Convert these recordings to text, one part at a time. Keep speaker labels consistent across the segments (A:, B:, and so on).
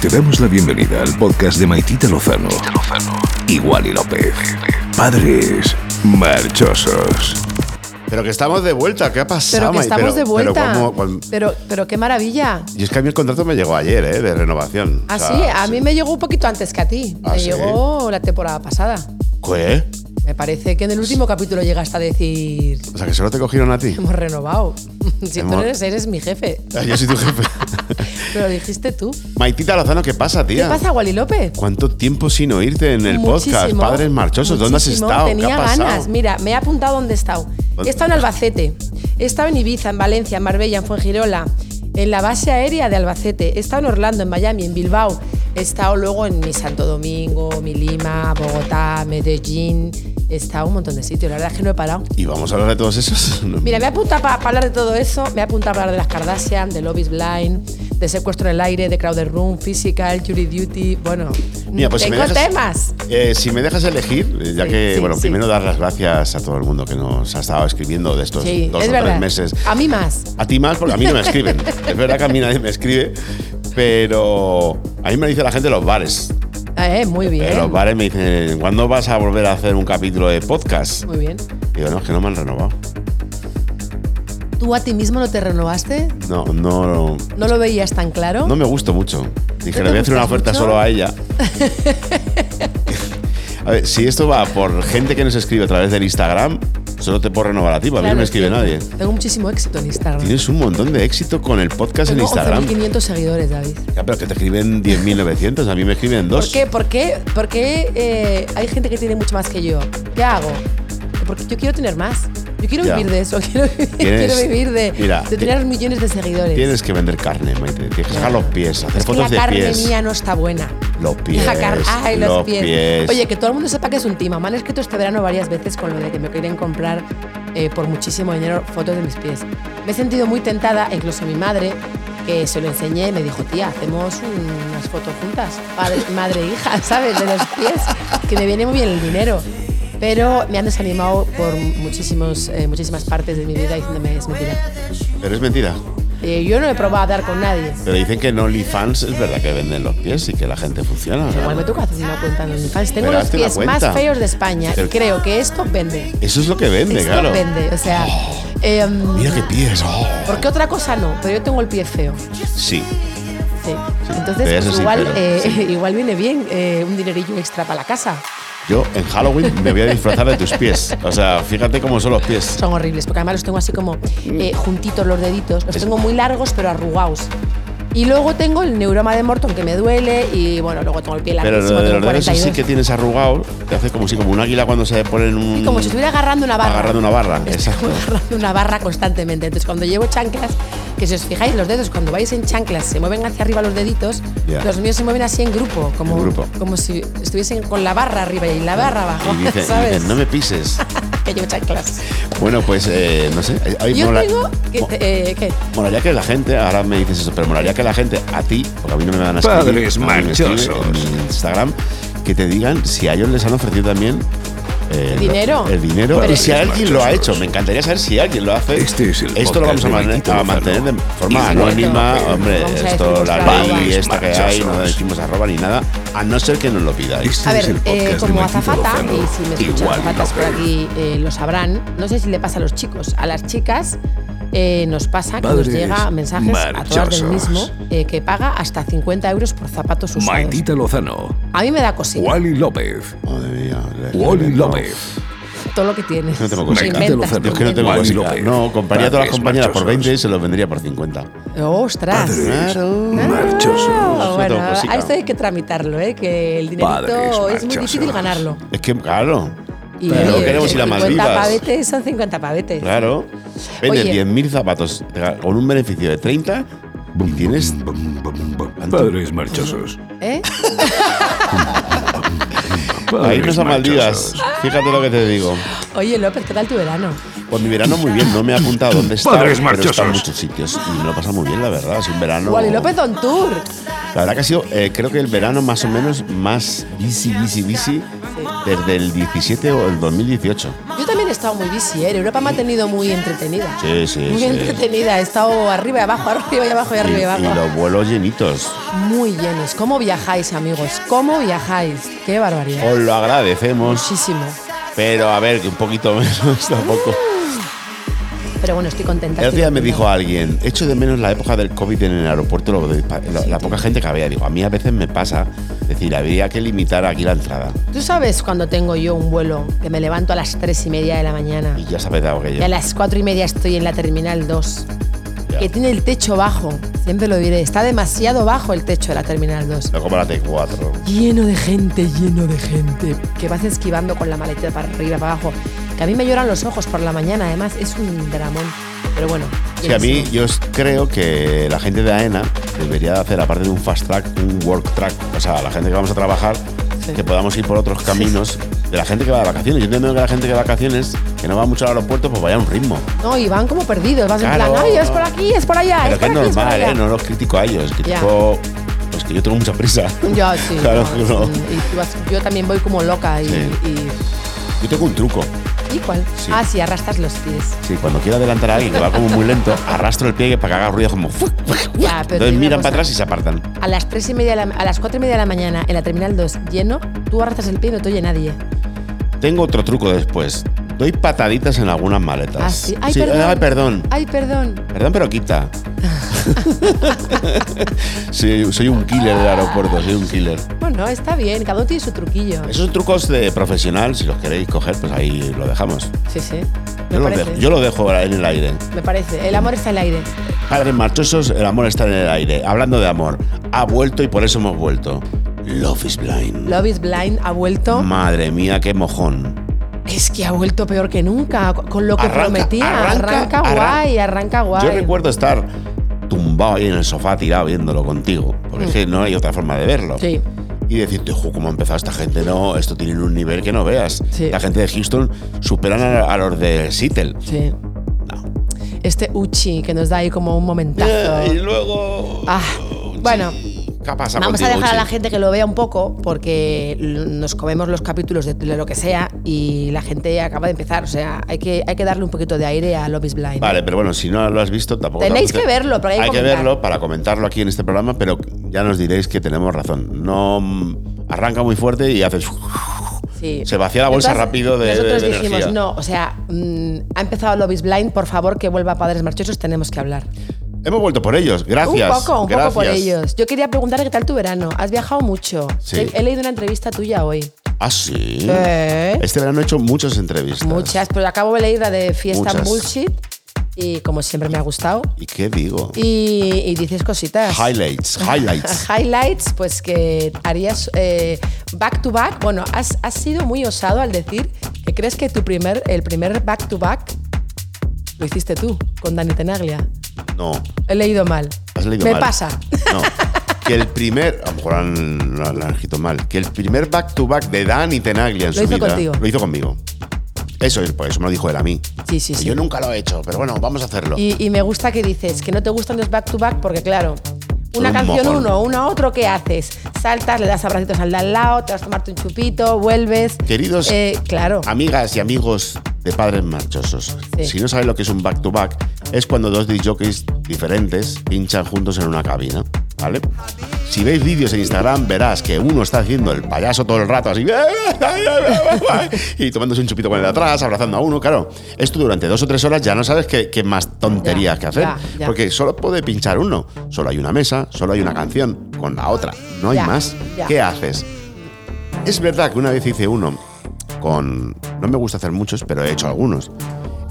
A: Te damos la bienvenida al podcast de Maitita Lozano, Igual y López. Padres marchosos.
B: Pero que estamos de vuelta, ¿qué ha pasado?
C: Pero que
B: May?
C: estamos de
B: Pero-
C: vuelta.
B: Pero
C: Pero,
B: cómo- cuán-
C: pero, qué maravilla.
B: Y es que a mí el contrato me llegó ayer, ¿eh? De renovación. O
C: Así,
B: sea,
C: ¿Ah, a mí me llegó un poquito antes que a ti.
B: ¿Ah,
C: me
B: sí?
C: llegó la temporada pasada.
B: ¿Qué?
C: Me parece que en el último capítulo llegaste a decir,
B: O sea, que solo te cogieron a ti.
C: hemos renovado. Si tú
B: Hemos-
C: eres, eres mi jefe.
B: Ah, Yo soy tu jefe.
C: Pero dijiste tú.
B: Maitita Lozano, ¿qué pasa,
C: ¿Qué
B: tía?
C: pasa, Wally López?
B: ¿Cuánto tiempo sin oírte en el podcast?
C: Muchísimo,
B: Padres marchosos, ¿dónde has
C: muchísimo.
B: estado?
C: Tenía
B: ¿Qué ha pasado?
C: ganas. Mira, me he apuntado dónde he estado.
B: ¿Dónde?
C: He estado en Albacete, he estado en Ibiza, en Valencia, en Marbella, en Fuengirola, en la base aérea de Albacete, he estado en Orlando, en Miami, en Bilbao, he estado luego en mi Santo Domingo, mi Lima, Bogotá, Medellín, he estado en un montón de sitios. La verdad es que no he parado.
B: ¿Y vamos a hablar de todos esos?
C: Mira, me apunta para hablar de todo eso, me apunta para hablar de las Kardashian, de Love is Blind, de Secuestro en el Aire, de Crowded Room, Physical, Jury Duty, bueno,
B: Mira, pues si me
C: tengo
B: dejas-
C: temas.
B: Eh, si me dejas elegir, eh, ya
C: Sí,
B: que,
C: sí,
B: bueno,
C: sí.
B: primero dar las gracias a todo el mundo que nos ha estado escribiendo de estos
C: Sí,
B: dos
C: es
B: o
C: verdad.
B: tres meses.
C: A mí más.
B: A ti más, porque a mí no me escriben. es verdad que a mí nadie me escribe, pero a mí me dice la gente en los bares.
C: Eh, muy bien.
B: En los bares me dicen, ¿cuándo vas a volver a hacer un capítulo de podcast?
C: Muy bien.
B: Y digo, no, es que no me han renovado.
C: ¿Tú a ti mismo no te renovaste?
B: No, no,
C: ¿No lo veías tan claro?
B: no me gustó mucho. Dije,
C: ¿No
B: le
C: te
B: voy a hacer una
C: gustas
B: oferta
C: mucho?
B: solo a ella. a ver, si esto va por gente que nos escribe a través del Instagram, solo te puedo renovar a ti, porque a mí no
C: Claro,
B: me
C: es
B: escribe
C: que
B: nadie.
C: Tengo muchísimo éxito en Instagram.
B: Tienes un montón de éxito con el podcast en
C: Tengo
B: Instagram.
C: 11.500 seguidores, David.
B: Ya, pero que te escriben 10.900, a mí me escriben dos.
C: ¿Por qué? ¿Por qué? ¿Por qué eh, hay gente que tiene mucho más que yo? ¿Qué hago? Porque yo quiero tener más. Yo quiero
B: Ya.
C: vivir de eso. Quiero vivir,
B: Tienes-
C: quiero vivir de,
B: mira,
C: de tener millones de seguidores.
B: Tienes que vender carne, Maite. Tienes que sacar los pies, hacer
C: Pues es que
B: fotos
C: la
B: de
C: carne
B: pies.
C: mía no está buena.
B: Los pies.
C: La car- ay, los, pies.
B: pies.
C: Oye, que todo el mundo sepa que es un tema. Me han escrito este verano varias veces con lo de que me quieren comprar eh, por muchísimo dinero fotos de mis pies. Me he sentido muy tentada, e incluso mi madre, que se lo enseñé, me dijo, tía, hacemos un- unas fotos juntas, padre, madre e hija, ¿sabes? De los pies, que me viene muy bien el dinero. Pero me han desanimado por muchísimos, eh, muchísimas partes de mi vida diciéndome es mentira.
B: Pero es mentira.
C: Eh, yo no he probado a dar con nadie.
B: Pero dicen que en OnlyFans es verdad que venden los pies y que la gente funciona. ¿no?
C: Igual me toca hacer una cuenta en OnlyFans. Tengo
B: Pero
C: los
B: hazte una
C: pies más
B: cuenta.
C: feos de España
B: Pero-
C: y creo que esto vende.
B: Eso es lo que vende,
C: esto
B: claro. Oh.
C: vende. O sea, em,
B: Mira qué pies. oh.
C: porque otra cosa no, pero yo tengo el pie feo.
B: Sí.
C: Sí. Entonces,
B: Eso
C: pues
B: sí,
C: igual,
B: pero-
C: eh,
B: sí.
C: igual viene bien eh, un dinerillo extra para la casa.
B: Yo en Halloween me voy a disfrazar de tus pies. O sea, fíjate cómo son los pies.
C: Son horribles, porque además los tengo así como eh, juntitos los deditos. Los
B: Mm. Es-
C: tengo muy largos, pero arrugados. Y luego tengo el neuroma de Morton que me duele y bueno, luego tengo el pie
B: Pero
C: larguísimo,
B: lo de
C: tengo
B: los dedos
C: 42.
B: sí que tienes arrugado. Te hace como si como un águila cuando se pone en un.
C: Y como si estuviera agarrando una barra.
B: agarrando una barra.
C: Estoy
B: Exacto.
C: agarrando una barra constantemente. Entonces, cuando llevo chanclas, que si os fijáis, los dedos, cuando vais en chanclas, se mueven hacia arriba los deditos,
B: Ya.
C: los míos se mueven así en grupo, como,
B: En grupo.
C: como si estuviesen con la barra arriba y la barra abajo,
B: Y dicen, y
C: ¿sabes?
B: dicen, no me pises.
C: Que llevo chanclas.
B: Bueno, pues eh, no sé. Hay
C: Yo
B: mola-
C: tengo que,
B: mo-
C: eh, ¿qué?
B: Molaría que la gente, ahora me dices eso, pero molaría que la gente, a ti, porque a mí no me van a escribir,
A: Padres
B: a mí me escriben
A: marchosos.
B: En Instagram, que te digan si a ellos les han ofrecido también. eh,
C: Dinero.
B: El dinero.
C: Pero-
B: y si alguien lo ha
A: marchosos.
B: hecho. Me encantaría saber si alguien lo hace.
A: Este es el
B: Esto lo
A: podcast
B: vamos a,
A: de
B: man-
A: Maitito
B: a mantener de
A: Lozano.
B: forma
A: Igual.
B: anónima. Hombre,
C: Vamos
B: esto,
C: a decir
B: la
C: vuestra
B: ley
A: arroba.
B: esta que hay, no
A: Marchosos.
B: decimos arroba ni nada, a no ser que nos lo pidáis.
A: Este
C: A
A: es el
C: ver,
A: podcast
C: eh,
A: de
C: como
A: Maitita
C: azafata,
A: Lozano,
C: y si me escuchan
A: Igual y
C: azafatas por
A: López.
C: aquí eh, lo sabrán, no sé si le pasa a los chicos, a las chicas eh, nos pasa que
A: Padres
C: nos llega mensajes a todas del mismo
A: marchosos.
C: eh, que paga hasta 50 euros por zapatos usados.
A: Maitita Lozano,
C: A mí me da cosita.
A: Wally López,
B: Madre mía.
A: Wally
B: no.
A: López,
C: todo lo que tienes.
B: No tengo
C: Lo
B: cosita.
C: inventas,
A: Maitita Lozano.
C: lo
B: Yo es que no tengo
A: Wally
C: inventas.
A: López.
B: cosita. No, comparía a todas las
A: Padres
B: compañeras por
A: marchosos.
B: 20 y se los vendría por 50.
C: Oh, ¡Ostras!
A: padres
B: Claro.
C: Ah,
A: marchosos,
B: Yo
C: bueno,
B: tengo cosita.
C: a esto hay que tramitarlo, ¿eh? que el
A: Padres
C: dinerito es muy difícil
A: marchosos.
C: ganarlo.
B: Es que, claro,
C: Y
B: Pero
C: oye,
B: queremos ir a
C: 50
B: Maldivas.
C: pavetes son 50 pavetes.
B: claro. Venden
C: Oye.
B: 10.000 zapatos con un beneficio de 30 y tienes...
A: padres marchosos.
C: ¿Eh?
B: Ahí
A: Padres
B: nos a Maldivas.
A: marchosos.
B: Fíjate lo que te digo.
C: Oye, López, ¿qué tal tu verano?
B: Pues mi verano muy bien, no me he apuntado dónde está,
A: Padres
B: pero he estado en
A: marchosos.
B: muchos sitios y me lo pasa muy bien, la verdad. Es un verano...
C: Wally López on tour.
B: La verdad que ha sido, eh, creo que el verano más o menos más busy, busy, busy desde el 17 o el 2018.
C: Yo también he estado muy busy, ¿eh? Europa me ha tenido muy entretenida.
B: Sí, sí,
C: Muy
B: sí.
C: entretenida, he estado arriba y abajo, arriba y abajo y
B: Y,
C: arriba y abajo.
B: y los vuelos llenitos.
C: Muy llenos. ¿Cómo viajáis, amigos? ¿Cómo viajáis? Qué barbaridad.
B: Os lo agradecemos,
C: Muchísimo.
B: pero a ver, que un poquito menos tampoco.
C: Pero bueno, estoy contenta.
B: El otro
C: estoy
B: día me
C: contenta.
B: dijo alguien, echo de menos la época del COVID en el aeropuerto, lo de- la, la poca gente que había. Digo, a mí a veces me pasa, es decir, habría que limitar aquí la entrada.
C: ¿Tú sabes cuando tengo yo un vuelo que me levanto a las 3 y media de la mañana
B: Y ya sabes de aquello.
C: y a las 4 y media estoy en la terminal 2?
B: Ya.
C: Que tiene el techo bajo, siempre lo diré, está demasiado bajo el techo de la terminal 2.
B: No como la T4.
C: Lleno de gente, lleno de gente. Que vas esquivando con la maletita para arriba, para abajo. Que a mí me lloran los ojos por la mañana, además es un dramón. Pero bueno.
B: Sí, a mí
C: buenísimo.
B: yo es- creo que la gente de AENA debería de hacer, aparte de un fast track, un work track. O sea, la gente que vamos a trabajar,
C: Sí.
B: que podamos ir por otros caminos de la gente que va de vacaciones. Yo entiendo que la gente que va de vacaciones, que no va mucho al aeropuerto, pues vaya a un ritmo.
C: No, y van como perdidos, vas
B: Claro.
C: en plan, ay, es por aquí, es por allá,
B: Pero
C: Ah, es
B: que
C: por
B: es
C: aquí, es por
B: normal,
C: allá".
B: ¿eh? No los critico a ellos.
C: Ya.
B: Critico. Pues que yo tengo mucha prisa.
C: Ya, sí.
B: Claro
C: no,
B: que no.
C: sí, y tú vas- yo también voy como loca y.
B: Sí. Yo tengo un truco.
C: ¿Y, ¿y cuál?
B: Sí.
C: Ah, sí, arrastras los pies.
B: Sí, cuando quiero adelantar a alguien que va como muy lento, arrastro el pie para que haga ruido como. fuc, fuc, fuc.
C: Ya, pero te digo
B: Entonces
C: una
B: miran
C: cosa.
B: para atrás y se apartan.
C: A las tres y media de la- a las 4 y media de la mañana en la terminal 2 lleno, tú arrastras el pie y no te oye nadie.
B: Tengo otro truco después. Doy pataditas en algunas maletas.
C: Ah, sí. Ay,
B: Sí,
C: perdón.
B: ay, perdón.
C: Ay, perdón.
B: Perdón, pero quita. Sí, soy un killer del aeropuerto, soy un killer.
C: Bueno, está bien, cada uno tiene su truquillo.
B: Esos trucos de profesional, si los queréis coger, pues ahí lo dejamos.
C: Sí, sí. Me
B: Yo los
C: parece.
B: dejo, yo los dejo ahora en el aire.
C: Me parece. El amor está en el aire.
B: Padres marchosos, el amor está en el aire. Hablando de amor, ha vuelto y por eso hemos vuelto. Love is blind.
C: Love is blind ha vuelto.
B: Madre mía, qué mojón.
C: Es que ha vuelto peor que nunca, con lo que
B: Arranca,
C: prometía.
B: arranca,
C: Arranca,
B: arran-
C: guay, arranca guay.
B: Yo recuerdo estar tumbado ahí en el sofá tirado viéndolo contigo, porque es que no hay otra forma de verlo.
C: Mm. Sí.
B: y decirte, ojo, cómo ha empezado esta gente. No, esto tiene un nivel que no veas.
C: Sí.
B: La gente de Houston superan a, a los de Seattle.
C: Sí.
B: No.
C: Este Uchi que nos da ahí como un
B: Eh, Y
C: momentazo.
B: luego.
C: Ah, bueno.
B: ¿Qué pasa
C: Vamos a
B: contigo,
C: dejar a la
B: Uchi?
C: gente que lo vea un poco porque l- nos comemos los capítulos de de lo que sea y la gente acaba de empezar. O sea, hay que, hay que darle un poquito de aire a Love is Blind.
B: Vale, pero bueno, si no lo has visto, tampoco.
C: Tenéis
B: tampoco-
C: que verlo, pero hay que
B: que
C: comentar.
B: verlo para comentarlo aquí en este programa, pero ya nos diréis que tenemos razón. No mm, arranca muy fuerte y haces.
C: Sí.
B: Se vacía la bolsa
C: Entonces,
B: rápido de- de-
C: Nosotros
B: de
C: dijimos,
B: energía.
C: no, o sea, mm, ha empezado Love is Blind, por favor que vuelva a Padres Marchosos, tenemos que hablar.
B: Hemos vuelto por ellos, gracias.
C: un poco, un
B: gracias.
C: poco por ellos. Yo quería preguntar qué tal tu verano. Has viajado mucho.
B: Sí.
C: He, he leído una entrevista tuya hoy.
B: Ah, sí.
C: Sí.
B: Este verano he hecho muchas entrevistas.
C: Muchas, pero acabo de leer la de Fiesta
B: Muchas.
C: Bullshit y como siempre me ha gustado.
B: ¿Y qué digo?
C: Y, y dices cositas.
B: Highlights, highlights.
C: Highlights, pues que harías eh, back to back. Bueno, has, has sido muy osado al decir que crees que tu primer, el primer back to back lo hiciste tú con Dani Tenaglia.
B: no.
C: He leído mal.
B: Has leído
C: Me
B: mal.
C: pasa.
B: No. Que el primer, a lo mejor han- lo han lo han escrito mal, que el primer back to back de Dan y Tenaglia en
C: Lo
B: su
C: hizo
B: vida
C: contigo.
B: lo hizo conmigo. Eso, es, pues, eso me lo dijo él a mí. Que
C: Sí, sí, sí.
B: Pues Yo nunca lo he hecho, pero bueno, vamos a hacerlo.
C: Y, y me gusta que dices que no te gustan los back to back porque, claro, una
B: Un
C: canción
B: mojón.
C: uno, una otro, ¿qué haces? Saltas, le das abracitos al de al lado, te vas a tomarte un chupito, vuelves.
B: Queridos
C: Eh, claro.
B: Amigas y amigos de padres marchosos,
C: Sí.
B: si no sabéis lo que es un back to back, es cuando dos disc jockeys diferentes pinchan juntos en una cabina, ¿vale? Si veis vídeos en Instagram, verás que uno está haciendo el payaso todo el rato, así, y tomándose un chupito con el de atrás, abrazando a uno, claro. Esto durante dos o tres horas ya no sabes qué, qué más tonterías
C: Ya,
B: que hacer,
C: ya, ya.
B: porque solo puede pinchar uno. Solo hay una mesa, solo hay una canción con la otra, no hay
C: Ya,
B: más.
C: ya.
B: ¿Qué haces? Es verdad que una vez hice uno con. No me gusta hacer muchos, pero he hecho algunos.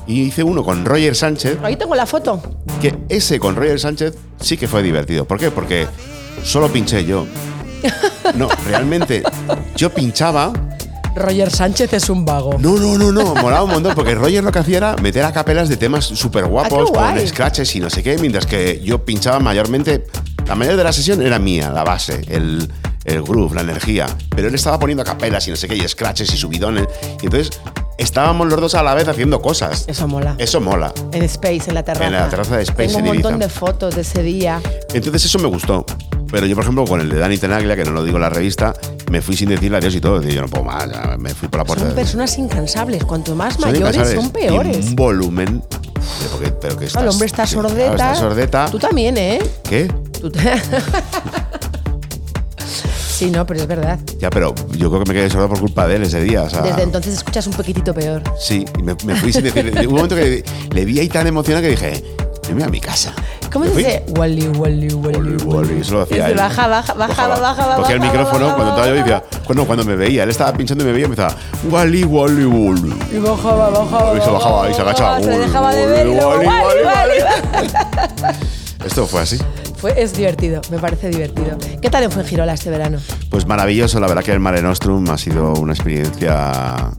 B: Y hice uno con Roger Sánchez,
C: Ahí tengo la foto.
B: que ese con Roger Sánchez sí que fue divertido. ¿Por qué? Porque solo pinché yo. No, realmente, yo pinchaba.
C: Roger Sánchez es un vago.
B: No, no, no, no, molaba un montón, porque Roger lo que hacía era meter a capelas de temas súper
C: Ah,
B: guapos,
C: qué guay.
B: con scratches y no sé qué, mientras que yo pinchaba mayormente. La mayoría de la sesión era mía, la base, el, el groove, la energía. Pero él estaba poniendo a capelas y no sé qué, y scratches y subidones. Y entonces estábamos los dos a la vez haciendo cosas.
C: Eso mola.
B: Eso mola.
C: En Space, en la terraza.
B: En la terraza de Space
C: Tengo un
B: en
C: montón
B: Ibiza.
C: de fotos de ese día.
B: Entonces eso me gustó. Pero yo, por ejemplo, con el de Dani Tenaglia, que no lo digo en la revista, me fui sin decirle adiós y todo. Decía, yo no puedo más, ya me fui por la puerta.
C: Son
B: de-
C: personas incansables. Cuanto más
B: Son
C: mayores,
B: incansables.
C: son
B: Pues Y
C: peores.
B: Un volumen. Pero que, pero que estás,
C: El hombre está
B: sí,
C: sordeta.
B: claro, está sordeta.
C: Tú también, ¿eh?
B: ¿Qué?
C: Tú ta- sí, no, pero es verdad.
B: Ya, pero yo creo que me quedé sordo por culpa de él ese día. o sea,
C: Desde entonces escuchas un poquitito peor.
B: Sí, y me, me fui sin decirle. Hubo un momento que le vi ahí tan emocionado que dije, yo me voy a mi casa.
C: ¿Cómo
B: Me
C: se
B: fui.
C: dice? Wally, Wally,
B: Volví,
C: Wally.
B: volví, eso lo hacía
C: Dice,
B: él.
C: baja, baja, bajaba, bajaba.
B: Cogía el
C: bajaba,
B: micrófono
C: bajaba,
B: cuando estaba yo y
C: bajaba.
B: decía, bueno, cuando me veía, él estaba pinchando y me veía y empezaba, wally, wally, wally.
C: Y bajaba, bajaba.
B: Y se bajaba y se agachaba.
C: Se
B: Wally,
C: dejaba de ver y luego,
B: wally,
C: "Wally,
B: wally,
C: Wally".
B: wally. Esto fue así.
C: Fue- Es divertido, me parece divertido. ¿Qué tal en Fuengirola este verano?
B: Pues maravilloso, la verdad que el Mare Nostrum ha sido una experiencia.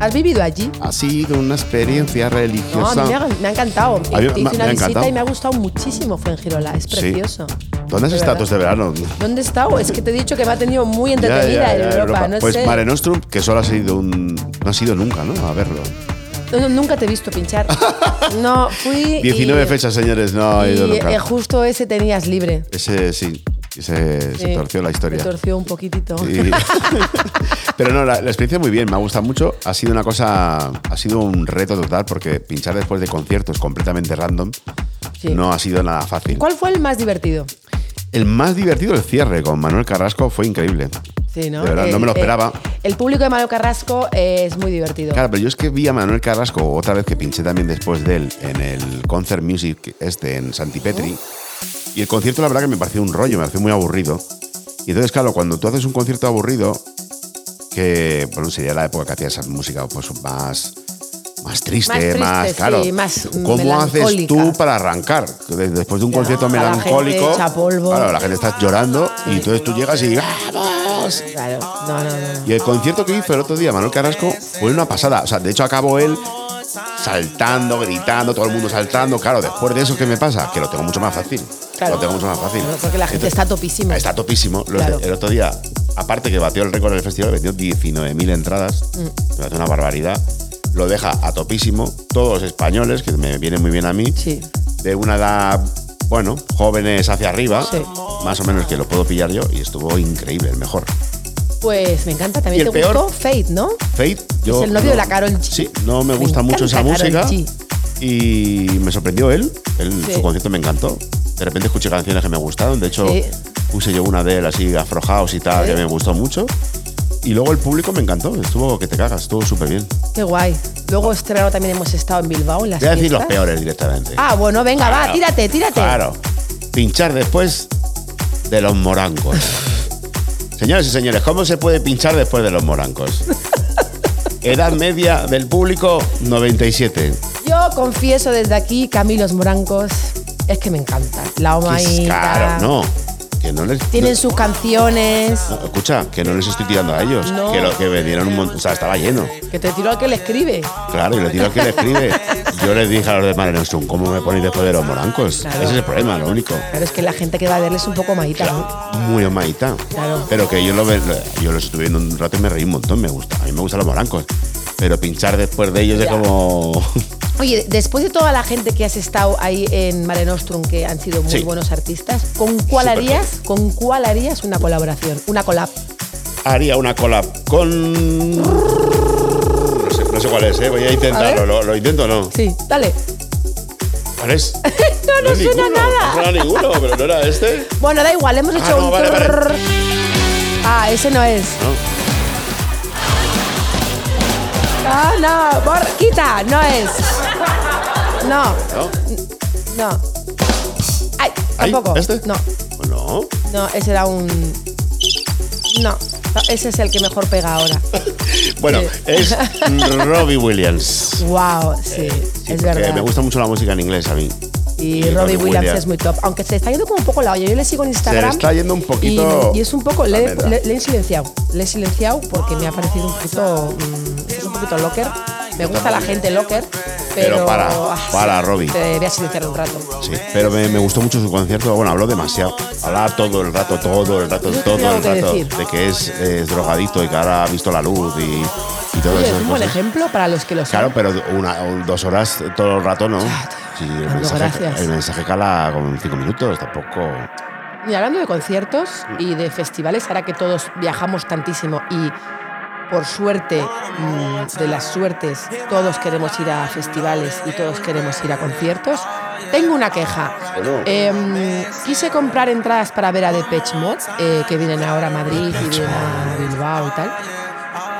C: ¿Has vivido allí?
B: Ha sido una experiencia
C: No, a
B: religiosa.
C: mí me ha, me ha encantado.
B: A mí
C: Hice
B: me-
C: una
B: me ha
C: visita
B: encantado.
C: y me ha gustado muchísimo Fuengirola. Es
B: Sí.
C: precioso.
B: ¿Dónde has
C: De
B: estado
C: verdad.
B: este verano?
C: ¿Dónde he estado? Es que te he dicho que me ha tenido muy
B: Ya,
C: entretenida
B: ya,
C: en
B: ya,
C: Europa.
B: Europa.
C: No
B: pues
C: sé.
B: Mare Nostrum, que solo ha sido un. No ha sido nunca, ¿no? A verlo.
C: No, no, nunca te he visto pinchar. No, fui.
B: 19
C: y-
B: fechas, señores, no ha
C: Y
B: ido nunca.
C: eh, justo ese tenías libre.
B: Ese sí, ese se
C: Sí,
B: torció la historia.
C: Se torció un poquitito.
B: Y- Pero no, la, la experiencia muy bien, me ha gustado mucho. Ha sido una cosa, ha sido un reto total porque pinchar después de conciertos completamente random
C: Sí.
B: no ha sido nada fácil.
C: ¿Cuál fue el más divertido?
B: El más divertido, el cierre con Manuel Carrasco, fue increíble.
C: Sí, ¿no?
B: De verdad,
C: El-
B: no me lo
C: eh,
B: esperaba.
C: El, público de Mario Carrasco eh, es muy divertido.
B: Claro, pero yo es que vi a Manuel Carrasco otra vez que pinché también después de él en el Concert Music este en Santipetri. Y el concierto, la verdad, que me pareció un rollo, me pareció muy aburrido. Y entonces, claro, cuando tú haces un concierto aburrido, que bueno, sería la época que hacías esa música pues, más, más triste,
C: Más
B: más,
C: triste, sí,
B: claro.
C: más
B: ¿Cómo haces tú
C: melancólica.
B: para arrancar? De- Después de un concierto
C: la gente
B: melancólico,
C: echa polvo.
B: claro, la gente está llorando y entonces tú llegas y ¡vamos!
C: Claro, no, no, no. no.
B: Y el concierto que hizo el otro día Manuel Carrasco fue una pasada. O sea, de hecho acabó él saltando, gritando, todo el mundo saltando. Claro, después de eso, ¿qué me pasa? Que lo tengo mucho más fácil.
C: Claro.
B: Lo tengo mucho más fácil.
C: Bueno, Porque la gente
B: Entonces,
C: está topísima.
B: Está topísimo. Los de-
C: Claro.
B: El otro día, aparte que batió el récord del festival, vendió 19.000 entradas.
C: Mm.
B: Me parece una barbaridad. Lo deja a topísimo. Todos españoles, que me vienen muy bien a mí,
C: Sí.
B: de una edad, bueno, jóvenes hacia arriba,
C: Sí.
B: más o menos que lo puedo pillar yo, y estuvo increíble, el mejor.
C: Pues me encanta.
B: ¿Y
C: También
B: el
C: te
B: peor?
C: gustó Fate, ¿no?
B: Faith, yo.
C: el novio de la Karol G.
B: Sí, no me
C: Me
B: gusta mucho esa
C: encanta
B: música.
C: Karol G.
B: Y me sorprendió él. él
C: Sí.
B: Su concierto me encantó. De repente escuché canciones que me gustaron. De hecho,
C: Sí.
B: puse yo una de él así, afrojaos y tal,
C: Sí.
B: que me gustó mucho. Y luego el público me encantó. Estuvo que te cagas, estuvo súper bien.
C: Qué guay. Luego este verano también hemos estado en Bilbao en las
B: Voy a decir los
C: fiestas.
B: peores directamente.
C: Ah, bueno, venga, va,
B: Claro.
C: tírate, tírate.
B: Claro. Pinchar después de los morancos. Señores y señores, ¿cómo se puede pinchar después de los morancos? Edad media del público, 97.
C: Yo confieso desde aquí que a mí los morancos es que me encantan. La
B: Que es
C: Omaita.
B: Claro, no. Que no les.
C: Tienen sus canciones.
B: no, escucha, que no les estoy tirando a ellos.
C: No.
B: Que lo que vendieron un montón. O sea, estaba lleno.
C: Que te tiro al que le escribe.
B: Claro, y le tiro al que le escribe. Yo les dije a los de Mare Nostrum, ¿cómo me ponéis después de los morancos?
C: Claro.
B: Ese es el problema, lo único.
C: Claro, es que la gente que va a verles un poco maíta, ¿no?
B: Muy amaita.
C: Claro.
B: Pero que yo lo ve- lo- yo los estuve viendo un rato y me reí un montón. Me gusta. A mí me gustan los morancos. Pero pinchar después de ellos es
C: Ya.
B: como.
C: Oye, después de toda la gente que has estado ahí en Mare Nostrum, que han sido muy
B: Sí.
C: buenos artistas, ¿con cuál
B: Súper
C: harías? ¿Con cuál harías una colaboración? Una collab.
B: Haría una collab con. No sé, no sé cuál es, ¿eh? Voy a intentarlo.
C: ver.
B: ¿Lo, lo intento o no?
C: Sí, dale.
B: ¿Cuál es?
C: No, no
B: es
C: suena
B: ninguno,
C: nada.
B: No suena ninguno, pero no era este.
C: Bueno, da igual, hemos hecho
B: no,
C: un
B: vale, vale.
C: trrrr. Ah, ese no es.
B: No.
C: Ah, no, por- quita, no es. No,
B: ¿No?
C: no. Ay,
B: ¿Ahí?
C: tampoco.
B: ¿Este?
C: No,
B: ¿O no?
C: no, ese era un. No, no, ese es el que mejor pega ahora.
B: Bueno,
C: Sí.
B: es Robbie Williams.
C: Wow, sí,
B: Sí,
C: es
B: porque
C: verdad.
B: Me gusta mucho la música en inglés a mí.
C: Y
B: Y Robbie
C: Robbie Williams
B: Williams.
C: es muy top. Aunque se está yendo como un poco la olla. Yo le sigo en
B: Se le
C: Instagram.
B: está yendo un poquito.
C: Y, y es un poco.
B: la
C: Le,
B: mierda.
C: le- le he silenciado. Le he silenciado porque me ha parecido un poquito. mm, es un poquito locker. Me gusta la gente locker. Pero,
B: Pero para,
C: ah,
B: para,
C: sí,
B: Robbie.
C: Te voy a silenciar un rato.
B: Sí, pero me, me gustó mucho su concierto. Bueno, habló demasiado. Hablaba todo el rato, todo el rato,
C: Yo
B: todo
C: tengo
B: el
C: que
B: rato.
C: decir.
B: De que es, es drogadito y que ahora ha visto la luz y, y todo
C: Oye,
B: eso.
C: es un buen ejemplo para los que lo
B: Pues Claro,
C: saben.
B: pero una, o dos horas todo el rato, ¿no? Sí, el
C: Dando
B: mensaje,
C: gracias.
B: el mensaje cala con cinco minutos, tampoco.
C: Y hablando de conciertos y de festivales, ahora que todos viajamos tantísimo y por suerte mm, de las suertes todos queremos ir a festivales y todos queremos ir a conciertos, tengo una queja.
B: Bueno.
C: Em, quise comprar entradas para ver a Depeche Mode, eh, que vienen ahora a Madrid y vienen a Bilbao y tal,